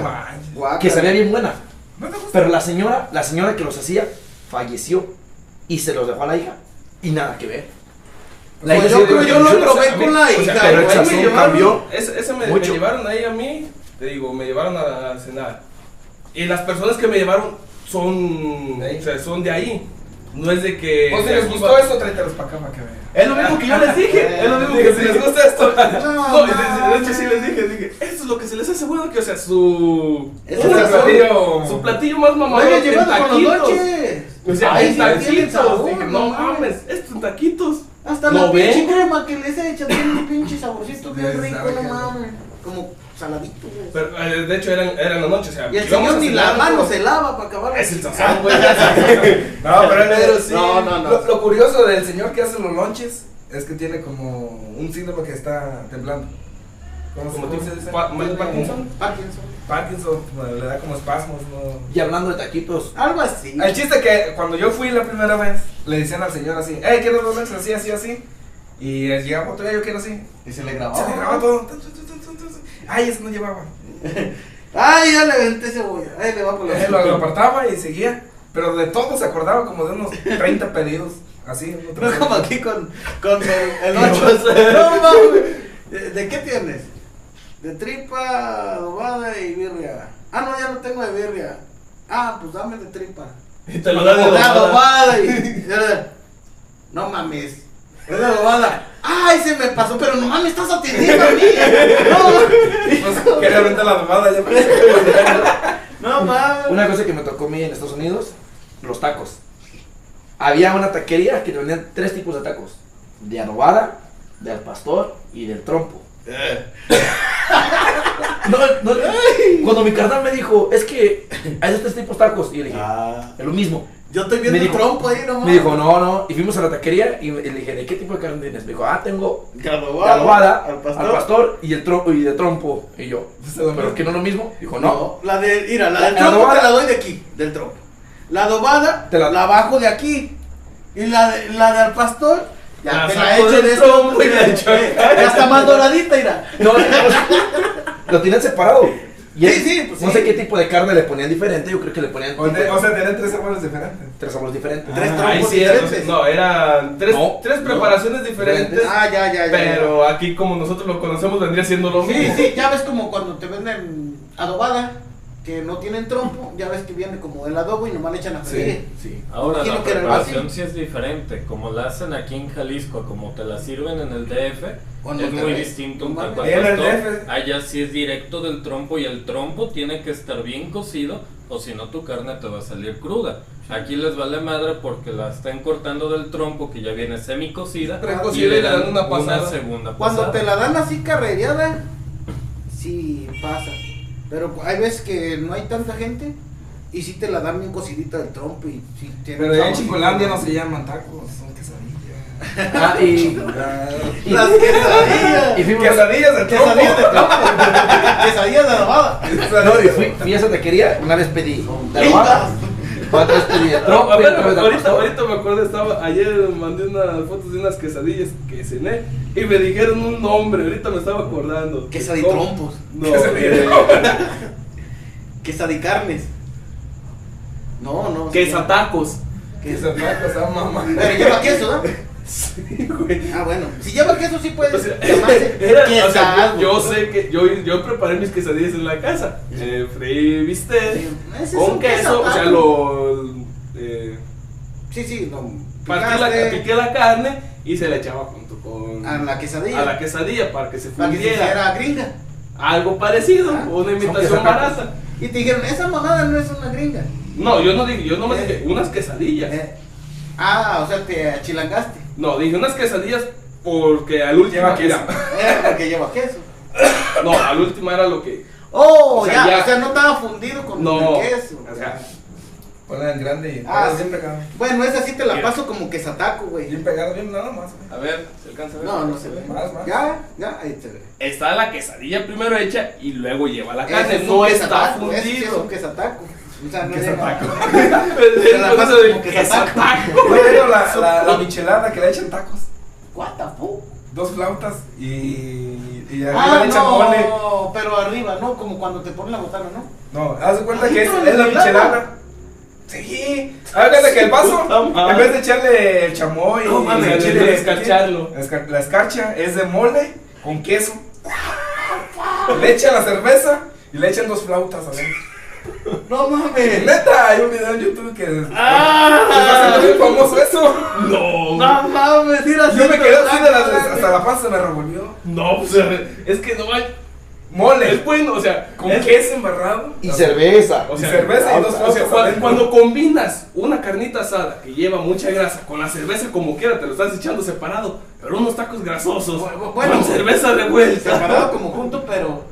Speaker 2: <laughs>
Speaker 3: manches.
Speaker 2: Guácala.
Speaker 5: que sabía bien buena.
Speaker 3: ¿No te gusta?
Speaker 5: Pero la señora, la señora que los hacía, falleció y se los dejó a la hija. Y nada que ver. La
Speaker 2: Pues yo
Speaker 5: hija sí-
Speaker 2: creo yo
Speaker 4: o
Speaker 2: lo
Speaker 4: sea,
Speaker 2: probé
Speaker 4: a mí-
Speaker 2: con la
Speaker 4: o sea,
Speaker 2: hija.
Speaker 5: pero el
Speaker 2: güey,
Speaker 5: sazón
Speaker 2: me llevaron-
Speaker 5: cambió.
Speaker 4: Ese, ese me, me
Speaker 5: Mucho.
Speaker 4: llevaron ahí a mí, te digo, me llevaron a cenar. Y las personas que me llevaron son,
Speaker 3: ¿De ahí?
Speaker 4: o sea, son de ahí. No es de que.
Speaker 3: O si les gustó eso, tráetelos para acá para que vean.
Speaker 4: Es lo mismo que yo les dije. es lo mismo que si les gusta esto. <laughs> No, y de, de hecho sí les dije, dije, esto es lo que se les hace bueno que, o sea, su.
Speaker 2: Ese
Speaker 4: su
Speaker 2: sazón.
Speaker 4: platillo- Su platillo más
Speaker 2: No
Speaker 4: mamado.
Speaker 2: había llevado con los noches.
Speaker 4: O sea, en
Speaker 2: Ahí sí tienen
Speaker 4: Pues taquitos.
Speaker 2: sabor,
Speaker 4: dije, no mames, estos son taquitos.
Speaker 2: Hasta
Speaker 4: ¿Lo
Speaker 2: la pinche
Speaker 4: ven?
Speaker 2: crema que les echan tiene un pinche saborcito bien
Speaker 3: Les
Speaker 2: rico,
Speaker 3: sabe
Speaker 2: no
Speaker 3: que-
Speaker 2: mames. Como saladito, güey.
Speaker 4: Pero, eh, de hecho, eran, eran la noche, o sea.
Speaker 2: Y el
Speaker 4: íbamos
Speaker 2: señor
Speaker 4: a
Speaker 2: ni
Speaker 4: cenar,
Speaker 2: la mano
Speaker 4: pero-
Speaker 2: se lava para acabar.
Speaker 4: Es el sazón,
Speaker 2: <laughs>
Speaker 4: güey. es el sazón.
Speaker 3: <laughs> No, pero él
Speaker 2: Pero
Speaker 3: sí.
Speaker 2: No, no, no.
Speaker 3: Lo, lo curioso del señor que hace los lonches es que tiene como un síndrome que está temblando. ¿Cómo,
Speaker 4: Como
Speaker 3: cómo
Speaker 4: tipo
Speaker 3: se dice?
Speaker 4: Pa-
Speaker 3: Tiene
Speaker 4: Parkinson.
Speaker 2: Parkinson.
Speaker 3: Parkinson, bueno, le da como espasmos. No.
Speaker 5: Y hablando de taquitos,
Speaker 2: Algo así.
Speaker 3: El chiste que cuando yo fui la primera vez, le decían al señor así: ¡Ey, quiero los lonches! Así, así, así. Y eh, llegaba otro día, yo quiero así.
Speaker 2: Y se le
Speaker 3: Se le grababa todo. Tu, tu, tu, tu, tu, tu. Ay, eso no llevaba.
Speaker 2: Ay, ya le venté cebolla. Ay, le va por
Speaker 3: Eh,
Speaker 2: la
Speaker 3: Lo, lo apartaba y seguía. Pero de todo se acordaba como de unos 30 pedidos. Así. uno
Speaker 2: No
Speaker 3: tras
Speaker 2: es
Speaker 3: otro.
Speaker 2: como aquí con, con el, el
Speaker 5: <laughs>
Speaker 2: ocho. no mames. ¿De, de qué tienes? De tripa adobada y birria. Ah, no, ya no tengo de birria. Ah, pues dame de tripa.
Speaker 4: Y te lo dan de
Speaker 2: De
Speaker 4: adobada.
Speaker 2: adobada y. No mames. Es de adobada. Ay, se me pasó, pero no mames, estás atendiendo a mí.
Speaker 3: Pues, quería ahorita la domada. Ya me-
Speaker 2: No, no mames.
Speaker 5: una cosa que me tocó a mí en Estados Unidos, los tacos. Había una taquería que te vendían tres tipos de tacos: de adobada, de al pastor y del trompo.
Speaker 2: Eh.
Speaker 5: No, no, cuando mi carnal me dijo, es que hay estos tipos de tacos, y yo le dije,
Speaker 2: Ah,
Speaker 5: es lo mismo.
Speaker 2: yo estoy viendo
Speaker 5: Me dijo-
Speaker 2: el trompo ahí, no mames.
Speaker 5: Me dijo, no, no, y fuimos a la taquería y, y le dije, ¿de qué tipo de carne tienes? Me dijo, ah, tengo
Speaker 2: De
Speaker 5: de
Speaker 2: adobada.
Speaker 5: adobada,
Speaker 2: Al
Speaker 5: al
Speaker 2: pastor.
Speaker 5: pastor, y, el tro- y de trompo. Y yo, ¿pero que no es lo mismo? Dijo, no.
Speaker 2: No, la de, mira, la del
Speaker 5: La
Speaker 2: trompo
Speaker 5: adobada.
Speaker 2: te la doy de aquí, del trompo. La adobada,
Speaker 5: Te
Speaker 2: la,
Speaker 5: la-
Speaker 2: bajo de aquí. Y la de, la del pastor, ya
Speaker 4: La
Speaker 2: te la
Speaker 4: saco
Speaker 2: echo
Speaker 4: del
Speaker 2: de este
Speaker 4: trompo y la echo
Speaker 2: eh, Ya está más doradita, mira.
Speaker 5: No, no, no. lo tenían separado. Y
Speaker 2: Sí,
Speaker 5: es-
Speaker 2: sí, pues
Speaker 5: No
Speaker 2: sí.
Speaker 5: sé qué tipo de carne le ponían diferente, yo creo que le ponían
Speaker 3: O,
Speaker 5: tipo-
Speaker 3: te- o sea, tenían tres sabores diferentes.
Speaker 5: tres sabores diferentes.
Speaker 2: Tres
Speaker 4: <laughs>
Speaker 2: trompos
Speaker 4: Ahí sí, era,
Speaker 2: diferentes.
Speaker 4: no, eran tres,
Speaker 5: No,
Speaker 4: tres
Speaker 5: no.
Speaker 4: preparaciones diferentes.
Speaker 5: Diferentes.
Speaker 2: Ah, ya, ya, ya.
Speaker 4: Pero aquí, como nosotros lo conocemos, vendría siendo lo
Speaker 2: Sí,
Speaker 4: mismo.
Speaker 2: sí, ya ves como cuando te venden adobada, que no tienen trompo, ya ves que viene como el adobo y nomás le echan a freír.
Speaker 5: sí.
Speaker 6: Ahora
Speaker 2: Quiero
Speaker 6: la
Speaker 2: que era
Speaker 6: preparación
Speaker 2: así.
Speaker 6: sí es diferente, como la hacen aquí en Jalisco, como te la sirven en el DF,
Speaker 2: O en
Speaker 6: es muy
Speaker 2: Monterrey.
Speaker 6: distinto un
Speaker 2: No
Speaker 6: taco
Speaker 3: mames.
Speaker 6: al
Speaker 3: Ahí en el
Speaker 6: pastor.
Speaker 3: DF.
Speaker 6: Allá sí es directo del trompo y el trompo tiene que estar bien cocido o si no tu carne te va a salir cruda. Aquí les vale madre porque la están cortando del trompo que ya viene semi cocida y
Speaker 3: Precocida
Speaker 6: le dan una, segunda
Speaker 2: Cuando
Speaker 6: pasada.
Speaker 2: te la dan así carrereada, sí pasa. Pero hay veces que no hay tanta gente y sí te la dan bien cocidita del trompo y sí tiene
Speaker 3: Pero allá en
Speaker 2: saborcito.
Speaker 3: Chicolandia no se llaman tacos, son quesadillas.
Speaker 5: Ah, y, y,
Speaker 2: Las
Speaker 4: <laughs>
Speaker 2: quesadillas.
Speaker 5: y fuimos
Speaker 3: Quesadillas de
Speaker 2: Quesadillas de trompo. Quesadillas de adobada.
Speaker 5: No, y fui, fui a esa taquería, una vez pedí adobada, Cuatro este de
Speaker 4: No,
Speaker 5: trompo y
Speaker 4: a ver,
Speaker 5: otra vez de
Speaker 4: ahorita,
Speaker 5: pastor.
Speaker 4: ahorita me acuerdo, estaba, ayer mandé unas fotos de unas quesadillas que cené y me dijeron un nombre, ahorita me estaba acordando. ¿Cómo?
Speaker 2: Quesaditrompos.
Speaker 4: No, eh,
Speaker 2: Quesadicarnes. No, no.
Speaker 4: quesatacos.
Speaker 3: Que se
Speaker 2: Queso.
Speaker 3: ataca esa ah, mamá.
Speaker 2: Pero <laughs> lleva queso, ¿no?
Speaker 4: Sí, güey.
Speaker 2: Ah, bueno. Si lleva queso, sí puede
Speaker 4: O sea, <laughs>
Speaker 2: llamarse
Speaker 4: Pues, era- o sea,
Speaker 2: quesado.
Speaker 4: yo, yo sé que yo, yo preparé mis quesadillas en la casa. Eh, freí bistec
Speaker 2: Sí, ese es
Speaker 4: con
Speaker 2: un
Speaker 4: queso, o sea,
Speaker 2: quesataco.
Speaker 4: lo eh,
Speaker 2: Sí, sí, lo
Speaker 4: partí la,
Speaker 2: picaste
Speaker 4: piqué la carne y se la echaba junto con
Speaker 2: a la quesadilla.
Speaker 4: a la quesadilla para que se
Speaker 2: para que se
Speaker 4: fundiera.
Speaker 2: hiciera gringa.
Speaker 4: Algo parecido,
Speaker 2: Ah,
Speaker 4: una
Speaker 5: son
Speaker 4: imitación
Speaker 5: quesatacos.
Speaker 4: barata.
Speaker 2: Y te dijeron, esa mamada no es una gringa.
Speaker 4: No, yo no dije, yo nomás
Speaker 2: Eh.
Speaker 4: dije unas quesadillas.
Speaker 2: Eh, ah, o sea,
Speaker 4: <laughs>
Speaker 2: te achilangaste.
Speaker 4: No, dije unas quesadillas porque al último
Speaker 3: Lleva
Speaker 4: era.
Speaker 2: Era Eh, porque lleva queso.
Speaker 4: No, al último era lo que.
Speaker 2: Oh,
Speaker 4: O sea,
Speaker 2: ya,
Speaker 4: ya.
Speaker 2: o sea, no estaba fundido con
Speaker 4: No.
Speaker 2: el queso.
Speaker 4: O sea,
Speaker 3: Ponla en grande y.
Speaker 2: Ah, sí.
Speaker 3: siempre pegado.
Speaker 2: Bueno, esa sí te la
Speaker 6: Mira.
Speaker 2: paso como quesataco, güey.
Speaker 3: Bien pegado, bien nada más. güey.
Speaker 6: A ver, ¿se alcanza a ver?
Speaker 2: No, no se ve.
Speaker 3: Más, más.
Speaker 2: Ya, ya, ahí se ve.
Speaker 4: está la quesadilla primero hecha y luego lleva la carne.
Speaker 2: Ese es un
Speaker 4: no está
Speaker 2: quesataco, ese sí es
Speaker 4: fundido.
Speaker 2: un quesataco. O sea, Ah, no
Speaker 3: Quesataco.
Speaker 2: llega- <laughs>
Speaker 4: <laughs> Entonces,
Speaker 2: la pasas
Speaker 4: eso de
Speaker 2: como quesataco.
Speaker 4: quesataco.
Speaker 3: Yo veo la, la, la michelada que le echan tacos,
Speaker 2: What the fuck?
Speaker 3: dos flautas y. Y arriba
Speaker 2: Ah,
Speaker 3: le echan mole.
Speaker 2: no, pero arriba, no, como cuando te ponen la botana, ¿no?
Speaker 3: No, haz de cuenta que es,
Speaker 2: Ajito,
Speaker 3: es la
Speaker 2: la
Speaker 3: michelada. Sí, haz de cuenta que el
Speaker 4: Puta
Speaker 3: vaso,
Speaker 4: madre.
Speaker 3: en vez de echarle el chamoy
Speaker 4: No
Speaker 3: y
Speaker 4: mames,
Speaker 3: el
Speaker 4: de-
Speaker 3: chile
Speaker 4: de escarcharlo.
Speaker 3: la esca- la escarcha es de mole con queso. Le echan la cerveza y le echan dos flautas a
Speaker 4: <laughs>
Speaker 2: No mames.
Speaker 3: Neta, hay un video en YouTube que es
Speaker 4: Ah,
Speaker 3: muy famoso eso.
Speaker 4: <laughs> no,
Speaker 2: No mames, mira,
Speaker 3: Yo me quedé así de
Speaker 4: Ah,
Speaker 3: las, hasta la panza se me revolvió.
Speaker 4: no, o sea, es que no hay. Es
Speaker 3: Mole
Speaker 4: bueno, o sea,
Speaker 3: con
Speaker 4: es-
Speaker 3: queso embarrado
Speaker 5: Y cerveza.
Speaker 4: O
Speaker 3: Y
Speaker 4: sea,
Speaker 3: cerveza y dos
Speaker 4: O sea,
Speaker 3: flautas.
Speaker 4: cua-
Speaker 3: adentro.
Speaker 4: cuando, combinas una carnita asada que lleva mucha grasa con la cerveza como quiera, te lo estás echando separado, pero unos tacos grasosos
Speaker 2: Bu- bu- bueno.
Speaker 4: con cerveza revuelta.
Speaker 2: Separado como junto, pero.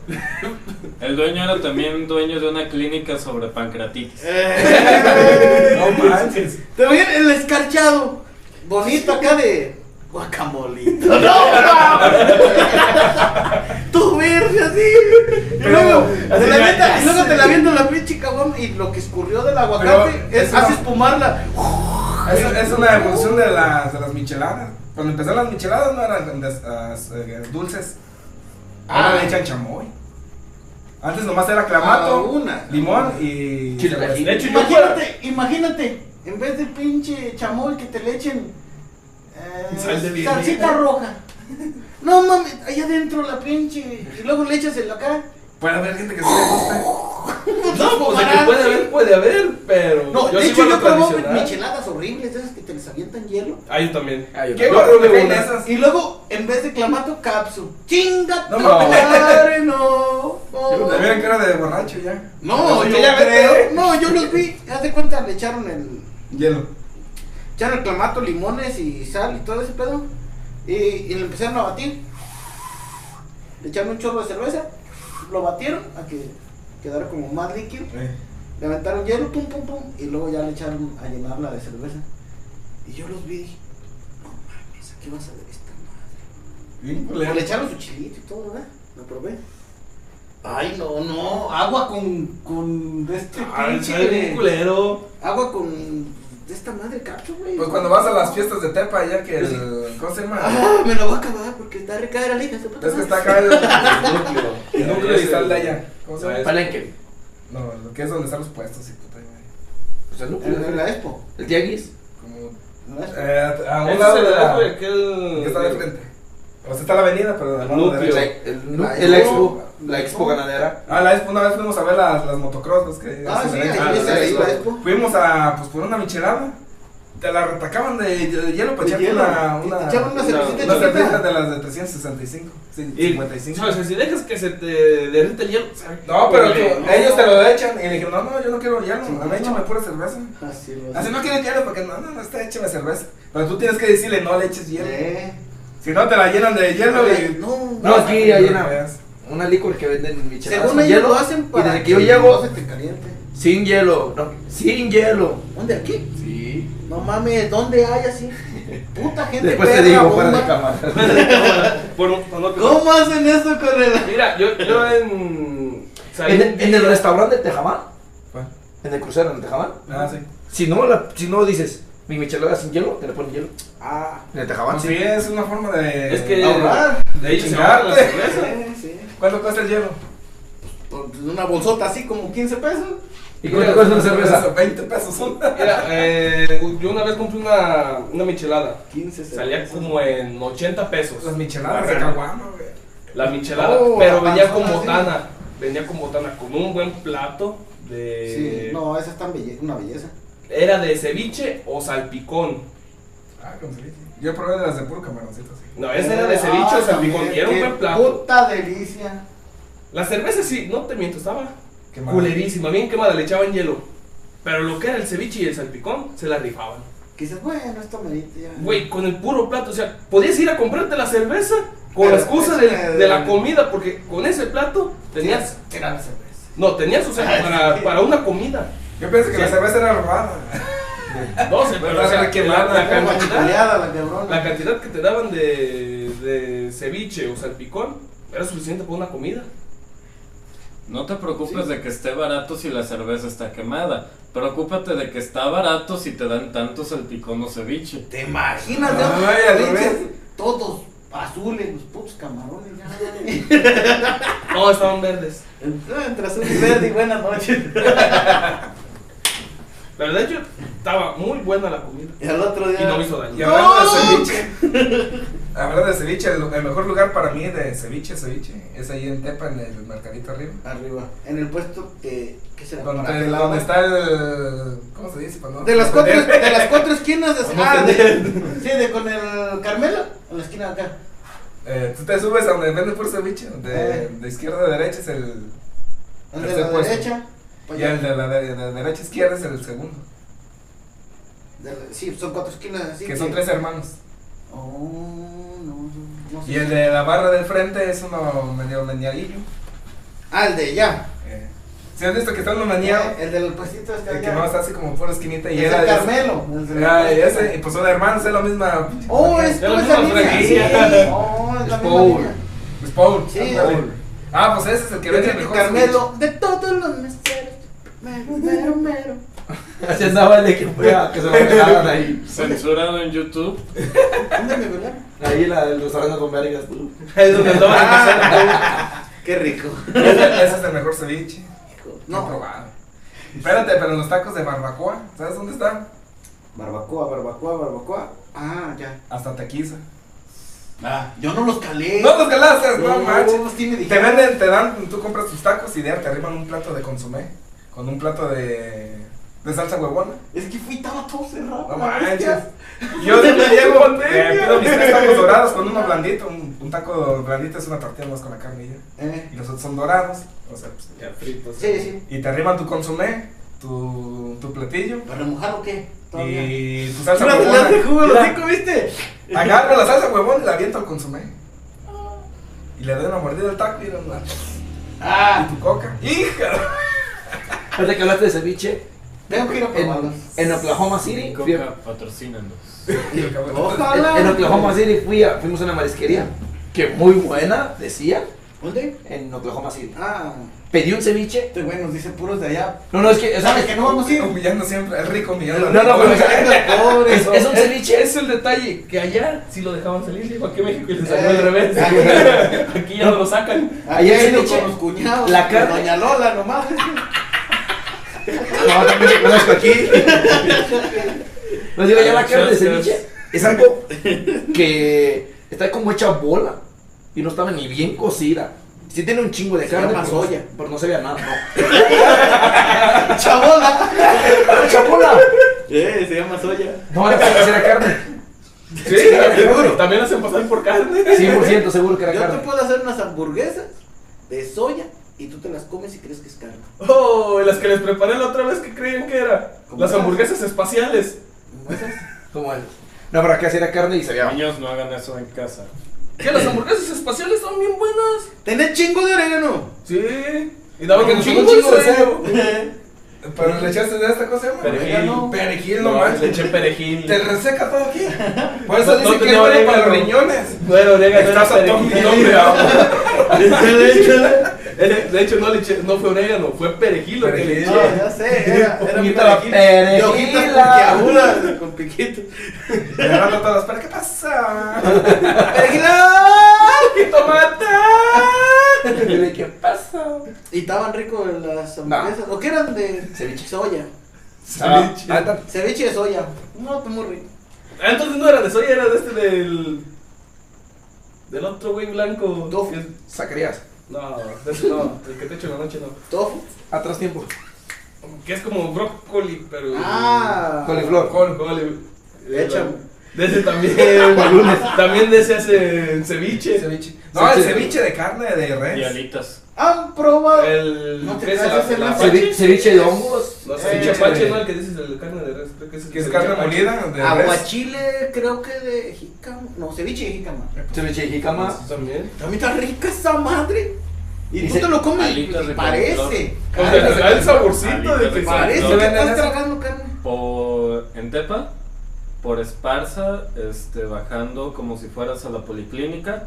Speaker 6: El dueño era también dueño de una clínica sobre pancreatitis.
Speaker 4: <laughs>
Speaker 3: No manches.
Speaker 2: También el escarchado. Bonito acá de. Guacamolito. No, <laughs> tu verga así. Y luego,
Speaker 4: así
Speaker 2: de la
Speaker 4: ya-
Speaker 2: neta,
Speaker 4: ya
Speaker 2: y luego
Speaker 4: sé.
Speaker 2: te la viendo la pinche cabrón. Y lo que escurrió del aguacate
Speaker 3: Pero
Speaker 2: es,
Speaker 3: es
Speaker 2: hace
Speaker 3: una-
Speaker 2: espumarla.
Speaker 3: Es, es una evolución de las, de las micheladas. Cuando empezaron las micheladas no eran de- las, eh, dulces.
Speaker 2: Ah.
Speaker 3: Ahora le echan chamoy. Antes nomás era clamato,
Speaker 2: A una.
Speaker 3: limón y.
Speaker 5: Chile
Speaker 3: cerveza.
Speaker 5: tajín.
Speaker 4: De hecho, yo fuera-
Speaker 2: Imagínate, imagínate. En vez de pinche chamoy que te le echen. eh,
Speaker 4: Sal de bien.
Speaker 2: salsita roja. <laughs> No mames, allá adentro la pinche. Y luego le echas en la cara.
Speaker 3: Puede haber gente que sí le guste.
Speaker 4: No, pues, de que puede haber, puede haber, pero.
Speaker 2: No, de
Speaker 4: sigo
Speaker 2: hecho
Speaker 4: a lo
Speaker 2: yo probé
Speaker 4: tradicional.
Speaker 2: micheladas horribles, esas que te les avientan hielo.
Speaker 4: Ah, yo también.
Speaker 5: Ay,
Speaker 3: ¿Qué
Speaker 5: yo-
Speaker 4: Yo
Speaker 3: gorro
Speaker 4: probé
Speaker 3: me caen
Speaker 4: una.
Speaker 3: esas?
Speaker 2: Y luego, en vez de clamato, capsu. ¡Chinga
Speaker 3: No,
Speaker 2: tu
Speaker 3: no.
Speaker 2: madre, no! No,
Speaker 3: Me vieron que era de borracho ya.
Speaker 2: No,
Speaker 3: Pero
Speaker 2: yo
Speaker 3: que ya vete,
Speaker 2: creo-
Speaker 3: ¿eh?
Speaker 2: No, yo los vi. Haz de cuenta, le echaron el.
Speaker 3: Hielo.
Speaker 2: Echaron el clamato, limones y sal y todo ese pedo. Y, y lo empezaron a batir. Le echaron un chorro de cerveza. Lo batieron a que quedara como más líquido.
Speaker 3: Eh.
Speaker 2: Le aventaron hielo, pum, pum, pum, y luego ya le echaron a llenarla de cerveza. Y yo los vi y dije, no mames, ¿a qué vas a ver esta madre?
Speaker 3: Bien
Speaker 2: Pues
Speaker 3: culero.
Speaker 2: Le echaron su chilito y todo, ¿verdad? Lo probé. Ay, no, no, agua con, con de este
Speaker 4: Ay, sabe bien
Speaker 2: pinche...
Speaker 4: culero.
Speaker 2: Agua con de esta madre cacho, güey.
Speaker 3: Pues cuando vas a las fiestas de Tepa ya que el. ¿Cómo se llama?
Speaker 2: Ah, me lo voy a acabar porque está rica de la liga, se puede
Speaker 3: Es que está acá el, el núcleo y está el de allá. ¿Cómo se
Speaker 4: Ah,
Speaker 3: llama?
Speaker 5: Palenque.
Speaker 3: No, lo que es donde están los puestos y puta madre.
Speaker 5: Pues el núcleo.
Speaker 2: En, en Eh, la expo.
Speaker 5: El tianguis.
Speaker 3: Como
Speaker 2: en la expo.
Speaker 3: Eh, a un
Speaker 4: Ese
Speaker 3: lado
Speaker 4: es
Speaker 3: de
Speaker 4: el
Speaker 3: la.
Speaker 4: ajo de aquel-
Speaker 3: que está de frente. O sea, está la avenida, pero del lado
Speaker 4: Núcleo.
Speaker 5: La,
Speaker 3: derecho.
Speaker 5: el,
Speaker 3: La
Speaker 5: el
Speaker 3: expo.
Speaker 5: expo. La expo ganadera.
Speaker 3: Ah, la expo, una vez fuimos a ver las, las motocross, las que.
Speaker 2: Ah,
Speaker 3: las
Speaker 2: sí,
Speaker 3: que-
Speaker 5: ah,
Speaker 2: ahí
Speaker 5: la
Speaker 2: está ahí
Speaker 5: expo.
Speaker 2: la expo.
Speaker 3: Fuimos a, pues, por una michelada. Te la retacaban de, de hielo para
Speaker 2: De
Speaker 3: echarte
Speaker 2: hielo.
Speaker 3: Pues una.
Speaker 2: Y te
Speaker 3: Una,
Speaker 2: echaban una cervecita
Speaker 3: una
Speaker 2: chiquita.
Speaker 3: cerveza de las de 365. Sí,
Speaker 4: Y,
Speaker 3: 55.
Speaker 4: o sea, si dejas que se te derrite el hielo, sabe
Speaker 3: No, pero
Speaker 4: culero. <laughs>
Speaker 3: que ellos te lo echan. Y le dije, no, no, yo no quiero hielo. A mí échame pura cerveza.
Speaker 2: Así lo
Speaker 3: Así no quiero hielo porque no, no, no, está échame cerveza. Pero tú tienes que decirle, no le eches hielo.
Speaker 2: Eh.
Speaker 3: Si no, te la llenan de hielo y.
Speaker 2: No,
Speaker 5: No, aquí hay una-
Speaker 3: vez.
Speaker 5: Una licor que venden micheladas
Speaker 2: Según
Speaker 5: con
Speaker 2: ellos
Speaker 5: hielo.
Speaker 2: lo hacen para
Speaker 5: y desde que yo llego,
Speaker 2: no se te caliente.
Speaker 5: sin hielo. No, sin hielo.
Speaker 2: ¿Dónde aquí?
Speaker 5: Sí.
Speaker 2: No mames, ¿dónde hay así? Puta gente.
Speaker 5: Después te
Speaker 2: perra,
Speaker 5: digo,
Speaker 2: bomba.
Speaker 5: fuera de cámara.
Speaker 4: Por un- por otro-
Speaker 2: ¿Cómo hacen eso con el.?
Speaker 4: Mira, yo, yo en. salí
Speaker 5: ¿En,
Speaker 4: un
Speaker 5: el- en
Speaker 4: día-
Speaker 5: el restaurante de Tejamán?
Speaker 3: ¿Cuál?
Speaker 2: Ah.
Speaker 5: ¿En el crucero en el Tejamán?
Speaker 3: Ah, sí.
Speaker 5: Si no, la, si no dices, mi michelada sin hielo, te le ponen hielo.
Speaker 3: Ah,
Speaker 5: En el
Speaker 3: pues
Speaker 5: tajabán
Speaker 3: sí,
Speaker 5: sí.
Speaker 3: es una forma de
Speaker 1: Es que-
Speaker 3: ahorrar, de
Speaker 1: ahí se ahorra la
Speaker 3: chingarte.
Speaker 1: cerveza.
Speaker 2: Sí, sí.
Speaker 3: <laughs> ¿Cuánto cuesta el hielo?
Speaker 2: Por Una bolsota así como 15 pesos.
Speaker 5: ¿Y cuánto cuesta
Speaker 2: <laughs>
Speaker 5: una
Speaker 3: <laughs>
Speaker 5: cerveza? <laughs>
Speaker 3: 20 pesos una.
Speaker 4: Mira, eh, yo una vez compré una, una michelada.
Speaker 2: 15
Speaker 4: Salía como eh, en 80 pesos.
Speaker 3: Las micheladas de
Speaker 4: Barato.
Speaker 3: caguama, güey.
Speaker 4: La michelada,
Speaker 3: Oh,
Speaker 4: pero venía con
Speaker 3: avanzada,
Speaker 4: botana. Venía con botana, con un buen plato de.
Speaker 2: Sí, no, esa es tan belle- una belleza.
Speaker 4: Era de ceviche o salpicón.
Speaker 3: Ah, con ceviche. Yo probé de las de puro camaroncito, sí.
Speaker 4: No, esa era de ceviche
Speaker 2: Ah,
Speaker 4: o salpicón. Y era un
Speaker 2: qué
Speaker 4: buen plato.
Speaker 2: Puta delicia.
Speaker 4: La cerveza sí, no te miento, estaba
Speaker 3: Qué
Speaker 4: culerísima, bien quemada, le echaban hielo. Pero lo que era el ceviche y el salpicón, se la rifaban.
Speaker 2: Que dices, bueno, esto merita ya.
Speaker 4: Güey, con el puro plato, o sea, podías ir a comprarte la cerveza con
Speaker 2: Pero
Speaker 4: la excusa de,
Speaker 2: es que-
Speaker 4: de la comida, porque con ese plato tenías.
Speaker 2: Era la cerveza.
Speaker 4: No, tenías, o sea, para, para una comida.
Speaker 3: Yo pienso que la
Speaker 4: Sí.
Speaker 3: cerveza era robada.
Speaker 4: No, o sea, pero o sea,
Speaker 3: Pero
Speaker 4: la, la
Speaker 3: la
Speaker 4: cantidad,
Speaker 2: Machuleada, la cabrona.
Speaker 4: la cantidad que te daban de, de ceviche o salpicón era suficiente para una comida.
Speaker 6: No te preocupes de que esté barato si la cerveza está quemada. Preocúpate de que está barato si te dan tanto salpicón o ceviche.
Speaker 2: ¿Te imaginas?
Speaker 3: Ay,
Speaker 2: ya?
Speaker 3: al
Speaker 2: Pinches,
Speaker 3: revés.
Speaker 2: Todos azules, los putos camarones. ya. <laughs>
Speaker 4: No, estaban verdes.
Speaker 2: Entre azul y verde y buenas noches. <laughs>
Speaker 4: Pero de hecho, estaba muy buena la comida.
Speaker 2: Y al otro día.
Speaker 4: Y no me hizo daño.
Speaker 3: Y hablando de ceviche. <laughs> Hablando de ceviche, el, el mejor lugar para mí de ceviche, ceviche, es ahí en Tepa, en el mercadito arriba.
Speaker 2: Arriba. En el puesto que. ¿Qué será? Para
Speaker 3: Donde,
Speaker 2: que la-
Speaker 3: donde está el. ¿Cómo se dice? Pues no-
Speaker 2: De las cuatro,
Speaker 3: Del-
Speaker 2: de las cuatro
Speaker 3: <laughs>
Speaker 2: esquinas. De,
Speaker 4: No
Speaker 2: ah, de,
Speaker 4: entendí.
Speaker 2: sí, de con el Carmelo. En la esquina de acá.
Speaker 3: Eh, tú te subes a donde venden por ceviche,
Speaker 2: Ah.
Speaker 3: de, de izquierda a derecha es el.
Speaker 2: El de la
Speaker 3: Tercer Este puesto.
Speaker 2: derecha. pues
Speaker 3: Y
Speaker 2: ya.
Speaker 3: el de la, de la derecha a izquierda es el segundo.
Speaker 2: De la- sí, son cuatro esquinas así.
Speaker 3: Que son tres hermanos.
Speaker 2: Oh, no, no sé.
Speaker 3: Y el de la barra del frente es uno medio maniadillo.
Speaker 2: Ah, el de ya.
Speaker 3: Eh, ¿Sí has visto que está uno maniado?
Speaker 2: El del puestito este
Speaker 3: El que
Speaker 2: allá.
Speaker 3: no está así como por esquinita y
Speaker 2: Es el
Speaker 3: era. de-
Speaker 2: Carmelo. el de la-
Speaker 3: Era ese, y pues son hermanos, es la misma.
Speaker 2: Oh, es
Speaker 4: Ya lo
Speaker 2: como esa
Speaker 4: mismo
Speaker 2: línea.
Speaker 4: franquicia.
Speaker 2: Sí, Oh, es la
Speaker 4: Es
Speaker 2: misma
Speaker 4: Paul.
Speaker 2: línea.
Speaker 3: Pues Paul.
Speaker 2: Sí,
Speaker 3: ándale.
Speaker 2: Paul.
Speaker 3: Ah, pues ese es el que
Speaker 2: Yo
Speaker 3: vende
Speaker 2: creo que
Speaker 3: mejor.
Speaker 2: Carmelo, de todos los meseros. Mero, mero, mero.
Speaker 3: <laughs>
Speaker 5: Así andaba el de que fue a que se lo regalaron ahí.
Speaker 6: Censurado en YouTube.
Speaker 2: ¿Dónde me volaron?
Speaker 5: Ahí la del restaurante con vergas, tú.
Speaker 4: <laughs> Es donde estaba la
Speaker 2: Qué rico.
Speaker 3: ceviche. Ese, ese es el mejor ceviche. No. He
Speaker 2: No,
Speaker 3: probado. Espérate, pero los tacos de barbacoa, ¿sabes dónde están?
Speaker 2: barbacoa, barbacoa, barbacoa. Ah, ya.
Speaker 3: Hasta Tequiza.
Speaker 2: Ah, yo no los calé.
Speaker 3: No, pues, los galaces, no,
Speaker 2: No,
Speaker 3: manches.
Speaker 2: pues sí me
Speaker 3: Te
Speaker 2: dijeron.
Speaker 3: venden, te dan, tú compras tus tacos y de ahí te arriban un plato de consomé con un plato de, de salsa huevona.
Speaker 2: Es que fui, estaba todo cerrado. la
Speaker 3: No manches.
Speaker 2: bestia.
Speaker 3: Yo <laughs> siempre llego, eh, pido mis tres tacos dorados con uno blandito. Un, un taco blandito es una tortilla más con la carne y ya.
Speaker 2: Eh,
Speaker 3: Y los otros son dorados. O sea, pues, ya.
Speaker 4: fritos.
Speaker 2: sí, sí.
Speaker 3: Y te arriban tu consomé, tu, tu platillo
Speaker 2: ¿Para remojar o qué? Todavía.
Speaker 3: y tu
Speaker 2: Una
Speaker 3: salsa
Speaker 2: de las de
Speaker 3: huevona.
Speaker 2: jugo, los
Speaker 3: Mira.
Speaker 2: cinco, ¿viste?
Speaker 3: Agarro la salsa huevón y la aviento al consomé. Y le doy una mordida al taco y le doy
Speaker 2: Ah,
Speaker 3: tu coca. ¡Hija!
Speaker 5: Ahorita que hablaste de ceviche,
Speaker 2: tengo que ir a
Speaker 5: en,
Speaker 2: probarlos.
Speaker 5: en Oklahoma City, fui a-
Speaker 6: Coca, patrocínanos.
Speaker 2: Oh.
Speaker 5: en,
Speaker 2: Ojalá.
Speaker 5: en Oklahoma City fui a- fuimos a una marisquería, que muy buena, decía,
Speaker 2: ¿Dónde?
Speaker 5: en Oklahoma City.
Speaker 2: Ah,
Speaker 5: Pedí un ceviche.
Speaker 2: este güey nos dice puros de allá.
Speaker 5: No, no, es que,
Speaker 2: ¿Sabes
Speaker 5: ¿sabes?
Speaker 2: que no vamos a ir?
Speaker 3: Humillando siempre, el rico humillando.
Speaker 5: No,
Speaker 3: al
Speaker 5: no,
Speaker 3: rico.
Speaker 5: pero es,
Speaker 2: Pobres,
Speaker 5: es un ceviche.
Speaker 4: Es el detalle, que allá sí lo dejaban salir, dijo aquí en México y les salió
Speaker 2: Eh,
Speaker 4: al revés. <laughs>
Speaker 2: aquí.
Speaker 4: Aquí ya no lo sacan.
Speaker 2: Ahí
Speaker 5: Ayer
Speaker 2: he ido
Speaker 5: ceviche,
Speaker 2: con los cuñados.
Speaker 5: la
Speaker 2: con
Speaker 5: carne.
Speaker 2: Doña Lola nomás. <laughs>
Speaker 5: No, también te conozco aquí. No digo, ya la carne de ceviche es algo que está como hecha bola y no estaba ni bien cocida. Sí tiene un chingo de
Speaker 2: Se
Speaker 5: carne,
Speaker 2: llama
Speaker 5: pero, no-
Speaker 2: soya.
Speaker 5: pero no se veía nada. No. <laughs>
Speaker 2: Chabola.
Speaker 5: ¡Hecha bola!
Speaker 2: Eh, se llama soya.
Speaker 5: No, era, era carne.
Speaker 4: Sí,
Speaker 5: seguro.
Speaker 4: También hacen pasar por carne.
Speaker 5: 100% seguro que era
Speaker 2: Yo te
Speaker 5: carne.
Speaker 2: puedo hacer unas hamburguesas de soya y tú te las comes y crees que es carne.
Speaker 4: Oh, las que les preparé la otra vez que creían que era.
Speaker 2: ¿Cómo
Speaker 4: Las
Speaker 2: esas?
Speaker 4: hamburguesas espaciales.
Speaker 2: ¿No esas?
Speaker 5: ¿Cómo es? No, pero acá sí era carne y se veía.
Speaker 6: Niños, no hagan eso en casa.
Speaker 4: Que las hamburguesas espaciales son bien buenas.
Speaker 2: Tenés chingo de orégano.
Speaker 4: Sí. Y daban
Speaker 3: Porque
Speaker 4: un
Speaker 3: nos
Speaker 4: chingo,
Speaker 3: daban un chingo de
Speaker 4: de cero.
Speaker 3: Pero le echaste de esta cosa,
Speaker 4: Perejil.
Speaker 3: ¿no? Perejil, no
Speaker 4: No, le <laughs>
Speaker 3: manches.
Speaker 4: eché perejil.
Speaker 3: Te reseca todo aquí. Por eso
Speaker 4: No, no
Speaker 3: dice que es
Speaker 4: tenía
Speaker 3: bueno para los
Speaker 4: orégano.
Speaker 3: riñones.
Speaker 4: No era orégano,
Speaker 3: Estás
Speaker 4: era
Speaker 3: a todo mi
Speaker 4: perejil. <laughs>
Speaker 3: nombre,
Speaker 4: No,
Speaker 3: ahora.
Speaker 2: Échale, échale.
Speaker 4: Ese- De hecho, no, le eché- no fue orégano, fue perejil lo que le
Speaker 3: Perejil.
Speaker 4: eché.
Speaker 2: Ah, ya sé, era, era
Speaker 5: Poquito la
Speaker 2: De hojitas puntiagudas, con piquito.
Speaker 3: Me agarran todas, pero ¿qué pasa? Ah,
Speaker 4: ¡Jitomata!
Speaker 5: Dile, ¿Qué pasa?
Speaker 2: Y estaban ricos las hamburguesas. ¿O qué eran de
Speaker 5: Ceviche.
Speaker 2: soya?
Speaker 5: Ah, ah,
Speaker 2: Ceviche de soya. No, está muy rico.
Speaker 4: Ah, Entonces no era de soya, era de este del. Del otro güey blanco.
Speaker 2: Tofu.
Speaker 4: Que es-
Speaker 5: Zacarías,
Speaker 4: No, de ese no, el que te echo en la noche no.
Speaker 2: Tofu.
Speaker 5: atrás tiempo.
Speaker 4: Que es como brócoli, pero.
Speaker 2: Ah.
Speaker 5: Coliflor.
Speaker 4: Con col.
Speaker 2: Le echan.
Speaker 4: De ese también. también de ese hacen ceviche.
Speaker 3: Ceviche. No, el ceviche de carne de
Speaker 6: Y
Speaker 3: res.
Speaker 6: alitas.
Speaker 2: Han probado.
Speaker 4: El.
Speaker 2: No te
Speaker 4: ¿qué es
Speaker 2: pases
Speaker 4: el-
Speaker 2: el
Speaker 4: la
Speaker 2: apache.
Speaker 4: apache?
Speaker 5: Cevi- Ceviche de hongos.
Speaker 4: No,
Speaker 3: Eh,
Speaker 4: ceviche apache, no, el que dices el de carne de res. Creo que ese
Speaker 3: Que es
Speaker 4: el
Speaker 3: carne
Speaker 4: apache.
Speaker 3: molida de res.
Speaker 2: Aguachile, creo que de jícama. No, ceviche de jícama.
Speaker 5: Ceviche de jicama.
Speaker 4: También.
Speaker 2: A mí está rica esa madre. Y,
Speaker 5: Y
Speaker 2: tú
Speaker 5: se-
Speaker 2: te lo comes. y
Speaker 6: alitas de
Speaker 2: Parece.
Speaker 4: O sea, le da el saborcito de
Speaker 6: Alitas de
Speaker 4: que.
Speaker 6: carne.
Speaker 2: Parece
Speaker 6: No.
Speaker 2: que
Speaker 3: venden
Speaker 2: estás
Speaker 3: eso?
Speaker 2: tragando carne.
Speaker 6: Por en Tepa, por Esparza, este, bajando como si fueras a la policlínica,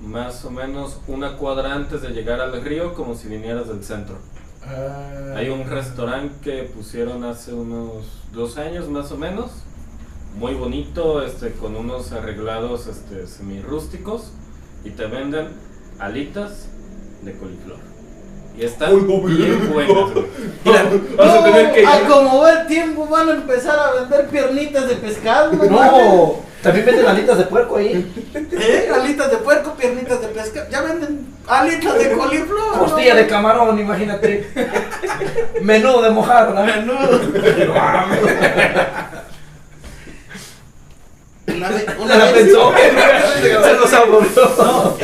Speaker 6: más o menos una cuadra antes de llegar al río, como si vinieras del centro.
Speaker 3: Ah.
Speaker 6: Hay un
Speaker 3: <laughs>
Speaker 6: restaurante que pusieron hace unos dos años más o menos, muy bonito, este, con unos arreglados este, semi rústicos y te venden alitas de coliflor. Y están
Speaker 4: Uy, no,
Speaker 6: bien
Speaker 4: no.
Speaker 6: buenas. güey.
Speaker 4: Mira, vas a tener que ir.
Speaker 2: No, a como va el tiempo van a empezar a vender piernitas de pescado. mames.
Speaker 5: No, también venden alitas de puerco ahí.
Speaker 2: ¿Eh? Alitas de puerco, piernitas de pescado. Ya venden alitas de coliflor.
Speaker 5: Costilla de camarón, imagínate. Menudo de mojar, ¿no?
Speaker 2: Una vez,
Speaker 5: <laughs> Se la
Speaker 2: una vez,
Speaker 5: pensó. Se los aburrió.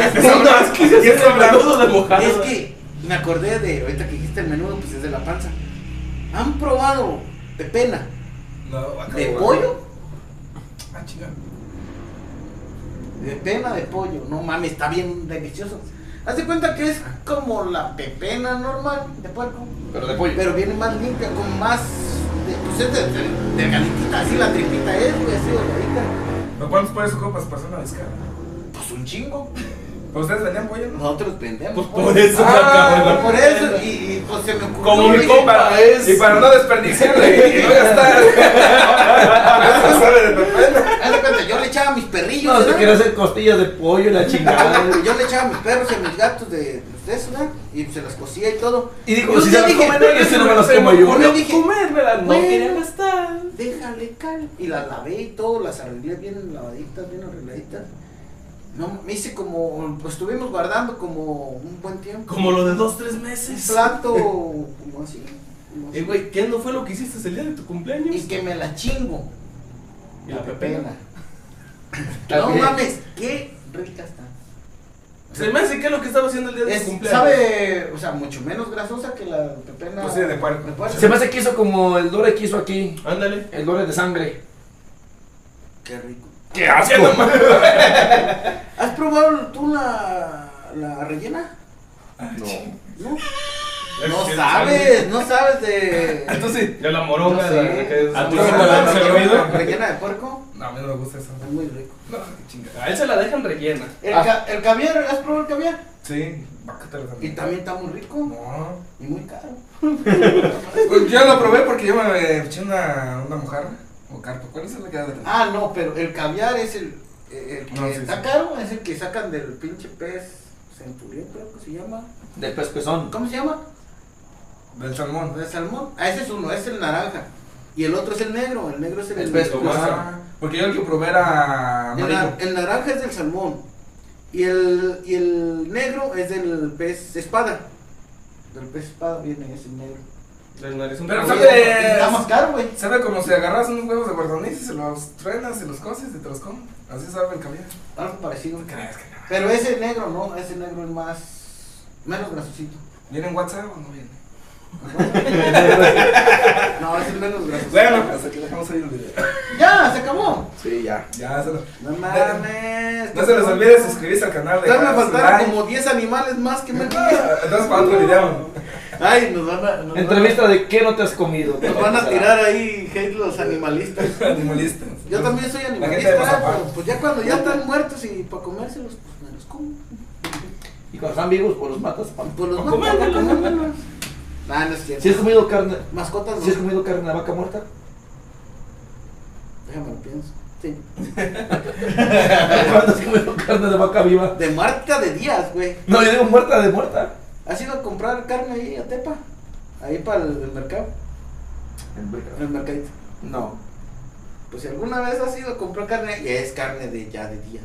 Speaker 4: Y es con menudo de mojado.
Speaker 2: Es que me acordé de ahorita que dijiste el menudo, pues es de la panza. ¿Han probado pepena
Speaker 3: No, acabo
Speaker 2: de
Speaker 3: de-
Speaker 2: pollo?
Speaker 3: Ah, chinga.
Speaker 2: Pepena de pollo, no mames, está bien delicioso. Haz de cuenta que es como la pepena normal de puerco,
Speaker 5: Pero de pollo.
Speaker 2: pero viene más limpia, con más. de- pues es de, de- delgaditita, así la tripita es, güey, así delgadita.
Speaker 3: ¿Pero ¿Cuántos pollos ocupas para hacer una descarga?
Speaker 2: Pues un chingo.
Speaker 3: ¿Pero ustedes vendían pollo, no?
Speaker 2: Nosotros vendemos.
Speaker 4: Pues
Speaker 2: pollo.
Speaker 4: por eso,
Speaker 3: Ah,
Speaker 4: cabrón.
Speaker 2: Por eso, y, y, pues se me ocurrió.
Speaker 4: Como mi
Speaker 2: dije,
Speaker 3: Y para, y para no desperdiciar y no gastar. Sabe de repente.
Speaker 2: Haz de cuenta, yo le echaba a mis perrillos.
Speaker 5: No, se
Speaker 2: ¿verdad?
Speaker 5: quiere hacer costillas de pollo y la chingada.
Speaker 2: Yo le echaba a mis perros y a mis gatos de ustedes, ¿verdad? Y se las cocía y todo.
Speaker 5: Y dijo,
Speaker 4: Pues
Speaker 2: Yo
Speaker 5: si
Speaker 2: sí
Speaker 5: se las
Speaker 2: dije,
Speaker 5: comen ellos, si no me las como
Speaker 2: Yo
Speaker 5: yo.
Speaker 2: le dije,
Speaker 4: comérmelas, no
Speaker 2: Bueno.
Speaker 4: quería gastar.
Speaker 2: déjale cal. Y las lavé y todo, las arreglé bien lavaditas, bien arregladitas. No, me hice como, pues estuvimos guardando como un buen tiempo.
Speaker 4: Como lo de dos, tres
Speaker 2: Un
Speaker 4: meses.
Speaker 2: plato, como así. como así.
Speaker 4: Eh, güey, ¿qué no fue lo que hiciste el día de tu cumpleaños?
Speaker 2: Y que me la chingo.
Speaker 4: Y la pepena.
Speaker 2: No
Speaker 5: También.
Speaker 2: mames, qué rica está.
Speaker 4: Se me hace que es lo que estaba haciendo el día de
Speaker 2: Es-
Speaker 4: tu cumpleaños.
Speaker 2: sabe, o sea, mucho menos grasosa que la pepena.
Speaker 3: Pues sí, de puerco.
Speaker 5: Se me hace que hizo como el Dore que hizo aquí.
Speaker 4: Ándale.
Speaker 5: El Dore de sangre.
Speaker 2: Qué rico.
Speaker 5: ¡Qué
Speaker 4: Haciendo mal.
Speaker 2: <laughs> ¿Has probado tú la, la rellena? No. No sabes, no sabes de.
Speaker 4: Entonces, ya la
Speaker 2: moronga,
Speaker 4: moronga.
Speaker 2: No sé. la que
Speaker 6: A ti
Speaker 2: No,
Speaker 6: sí
Speaker 2: no,
Speaker 6: te la
Speaker 2: no,
Speaker 6: han
Speaker 2: no,
Speaker 6: servido.
Speaker 2: no, Rellena de puerco.
Speaker 3: No, a mí no me gusta eso.
Speaker 2: Es muy rico.
Speaker 3: No, qué chingada.
Speaker 4: A él se la dejan rellena.
Speaker 2: El,
Speaker 5: Ah.
Speaker 2: ca- el caviar, ¿has probado el caviar?
Speaker 3: Sí, bácatelas a mí.
Speaker 2: Y también está muy rico
Speaker 3: No.
Speaker 2: y muy
Speaker 3: <laughs>
Speaker 2: caro.
Speaker 3: Pues yo lo probé porque yo me eché una, una mojarra o carpa. ¿Cuál es la que da de
Speaker 2: Ah, no, pero el caviar es el, el que
Speaker 3: No, sí,
Speaker 2: está
Speaker 3: sí.
Speaker 2: caro, es el que sacan del pinche pez centurión, creo que se llama.
Speaker 5: Del pescuezón.
Speaker 2: ¿Cómo se llama?
Speaker 3: Del salmón.
Speaker 2: El salmón. Ah, ese es uno, es el naranja. Y el otro es el negro, el negro es el,
Speaker 5: El pez,
Speaker 2: el-
Speaker 5: pues,
Speaker 3: Ah, porque yo el que probé era
Speaker 2: El,
Speaker 3: amarillo.
Speaker 2: nar- el naranja es del salmón. Y el, y el negro es del pez espada. Del pez espada viene ese negro.
Speaker 4: Del narizón.
Speaker 3: Pero
Speaker 2: Y
Speaker 3: sabe-
Speaker 2: el- y Está más caro, güey.
Speaker 3: Sabe como si agarras unos huevos de guardonís y se los truenas y los coces y te los comes. Así sabe el caviar.
Speaker 2: Algo parecido.
Speaker 3: No creas que no.
Speaker 2: Pero ese negro no, ese negro es más. menos grasosito.
Speaker 3: ¿Viene en WhatsApp o no viene?
Speaker 2: No, ese es menos grasosito.
Speaker 3: Bueno, pues aquí dejamos ahí el video.
Speaker 2: Ya, se acabó.
Speaker 5: Sí, ya.
Speaker 3: Ya, se lo-
Speaker 2: No mames.
Speaker 3: No se les olvide suscribirse al canal.
Speaker 2: Ya me
Speaker 3: dejar su
Speaker 2: faltaron
Speaker 3: like.
Speaker 2: como 10 animales más que me
Speaker 3: Ah, Entonces para otro video.
Speaker 2: Ah, Ay, nos van a. nos van a-
Speaker 5: Entrevista de qué no te has comido.
Speaker 2: Nos van a tirar ahí hate los animalistas.
Speaker 3: Animalistas.
Speaker 2: Yo también soy
Speaker 3: La gente de
Speaker 2: animalista,
Speaker 3: Mazapán.
Speaker 2: pero pues ya cuando ya están muertos y para comérselos, pues me los como.
Speaker 5: Y cuando están vivos, pues los matas. pam.
Speaker 2: Pues los
Speaker 4: O
Speaker 2: matas,
Speaker 4: coméndelos,
Speaker 2: los
Speaker 4: ¿no?
Speaker 2: coméndelos. Nah, no es cierto.
Speaker 5: Si has comido carne,
Speaker 2: Mascotas no.
Speaker 5: si has comido carne de vaca muerta,
Speaker 2: Déjame lo pienso. Sí.
Speaker 5: ¿cuándo has comido carne de vaca viva?
Speaker 2: De Marta de Díaz, güey.
Speaker 5: No, yo digo muerta de muerta.
Speaker 2: ¿Has ido a comprar carne ahí a Tepa? Ahí para el, el mercado. En el mercadito.
Speaker 5: No.
Speaker 2: Pues si alguna vez has ido a comprar carne, ya es carne de ya de Díaz.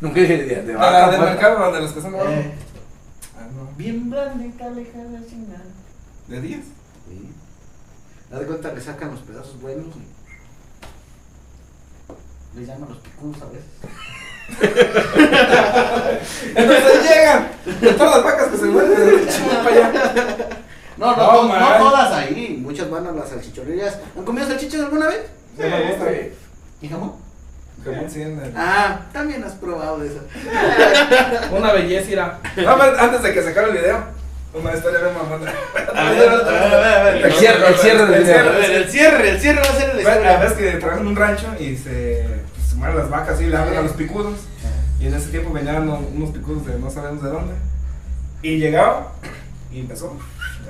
Speaker 5: Nunca dije de, de
Speaker 3: Ah,
Speaker 5: vaca
Speaker 3: del
Speaker 5: muerta.
Speaker 3: mercado, la de los que están abajo.
Speaker 2: Eh,
Speaker 3: Ah, no.
Speaker 2: bien blanca, lejana, sin nada.
Speaker 3: ¿De 10?
Speaker 2: Sí. Haz de cuenta que sacan los pedazos buenos y les llaman los picudos a veces.
Speaker 3: Entonces llegan de todas las vacas que se mueren de chingón para allá.
Speaker 2: No,
Speaker 3: No,
Speaker 2: no, no,
Speaker 3: man.
Speaker 2: no todas ahí. Muchas van a las salchichonerías. ¿Han comido salchichas alguna vez?
Speaker 3: No me gusta, güey.
Speaker 2: ¿Y jamón?
Speaker 3: Jamón eh. sí en el-
Speaker 2: Ah, también has probado de esas.
Speaker 4: Una belleza irá.
Speaker 3: No, pero antes de que sacara el video, una historia bien mamona.
Speaker 5: El cierre, el cierre del
Speaker 3: El
Speaker 5: video.
Speaker 2: A ver, el cierre, el cierre va a ser el
Speaker 3: Bueno, La verdad
Speaker 2: historia.
Speaker 3: es que trabajan en un rancho y se, pues, se mueren las vacas y le hablan a los picudos. Y en ese tiempo venían unos- unos picudos de no sabemos de dónde. Y llegaba y empezó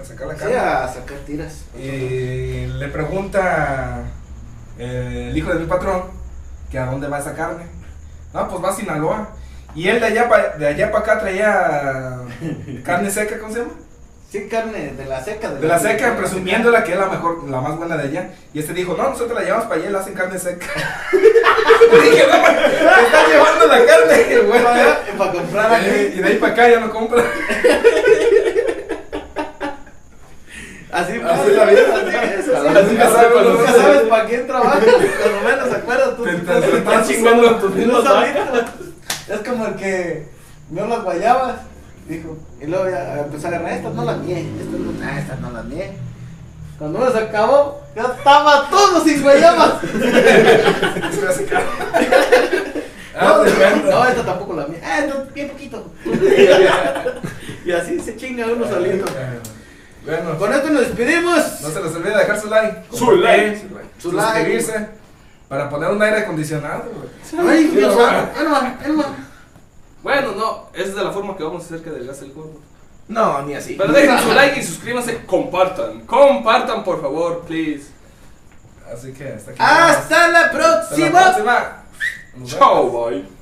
Speaker 3: a sacar la
Speaker 2: Sí,
Speaker 3: carne.
Speaker 2: a sacar tiras.
Speaker 3: Y le pregunta eh, el hijo de mi patrón que a dónde va esa carne. No, pues va a Sinaloa. Y él de allá para de allá pa
Speaker 2: <laughs>
Speaker 3: acá traía carne seca, ¿cómo se llama?
Speaker 2: Sí, carne de la seca.
Speaker 3: De la seca, presumiéndola que es la mejor, la más buena de allá. Y este dijo, no, nosotros la llevamos para allá y la hacen carne seca. <laughs> Y dije, no, man, te estás llevando la carne, que bueno.
Speaker 2: Para, para comprar aquí.
Speaker 3: Y de ahí para acá ya no compra. <laughs>
Speaker 2: Así,
Speaker 3: Así es la vida.
Speaker 2: Así, es, así.
Speaker 3: Así
Speaker 2: Nunca
Speaker 3: que
Speaker 2: sabes,
Speaker 3: sabes, cuando
Speaker 2: nunca
Speaker 3: se-
Speaker 2: sabes para quién
Speaker 3: <laughs>
Speaker 2: trabajas. Cuando menos acuerdas tú.
Speaker 3: Te
Speaker 2: tú sabes
Speaker 3: te estás
Speaker 2: quién
Speaker 3: chingando a
Speaker 2: tú
Speaker 3: tus
Speaker 2: no
Speaker 3: mismos
Speaker 2: sabías. Es como el que vio las guayabas. Dijo, y luego ya empezó a agarrar estas, no las mié. Estas no, ah, estas no las mié. Cuando uno se acabó, ya estaba todo sin guayabas.
Speaker 3: Se me hace carne. <laughs> Ah,
Speaker 2: <laughs> No,
Speaker 3: pues, bueno.
Speaker 2: no, esta tampoco la mía. Ah, no, bien poquito. y así se chinga uno solito.
Speaker 3: Bueno,
Speaker 2: Con esto nos despedimos.
Speaker 3: Ah, no se les olvide dejar su like.
Speaker 1: Su like.
Speaker 3: Su like.
Speaker 2: Su like.
Speaker 3: Suscribirse. Para poner un aire acondicionado, güey.
Speaker 2: Ay, Dios, va, él va, él va.
Speaker 4: Bueno, no, esa es de la forma que vamos a hacer que adelgace el cuerpo.
Speaker 5: No, ni así.
Speaker 4: Pero dejen su like y suscríbanse, compartan. Compartan, por favor, please.
Speaker 3: Así que hasta aquí.
Speaker 2: Hasta la
Speaker 3: Hasta la
Speaker 2: próxima.
Speaker 3: próxima. Nos vemos.
Speaker 4: Chao, bye.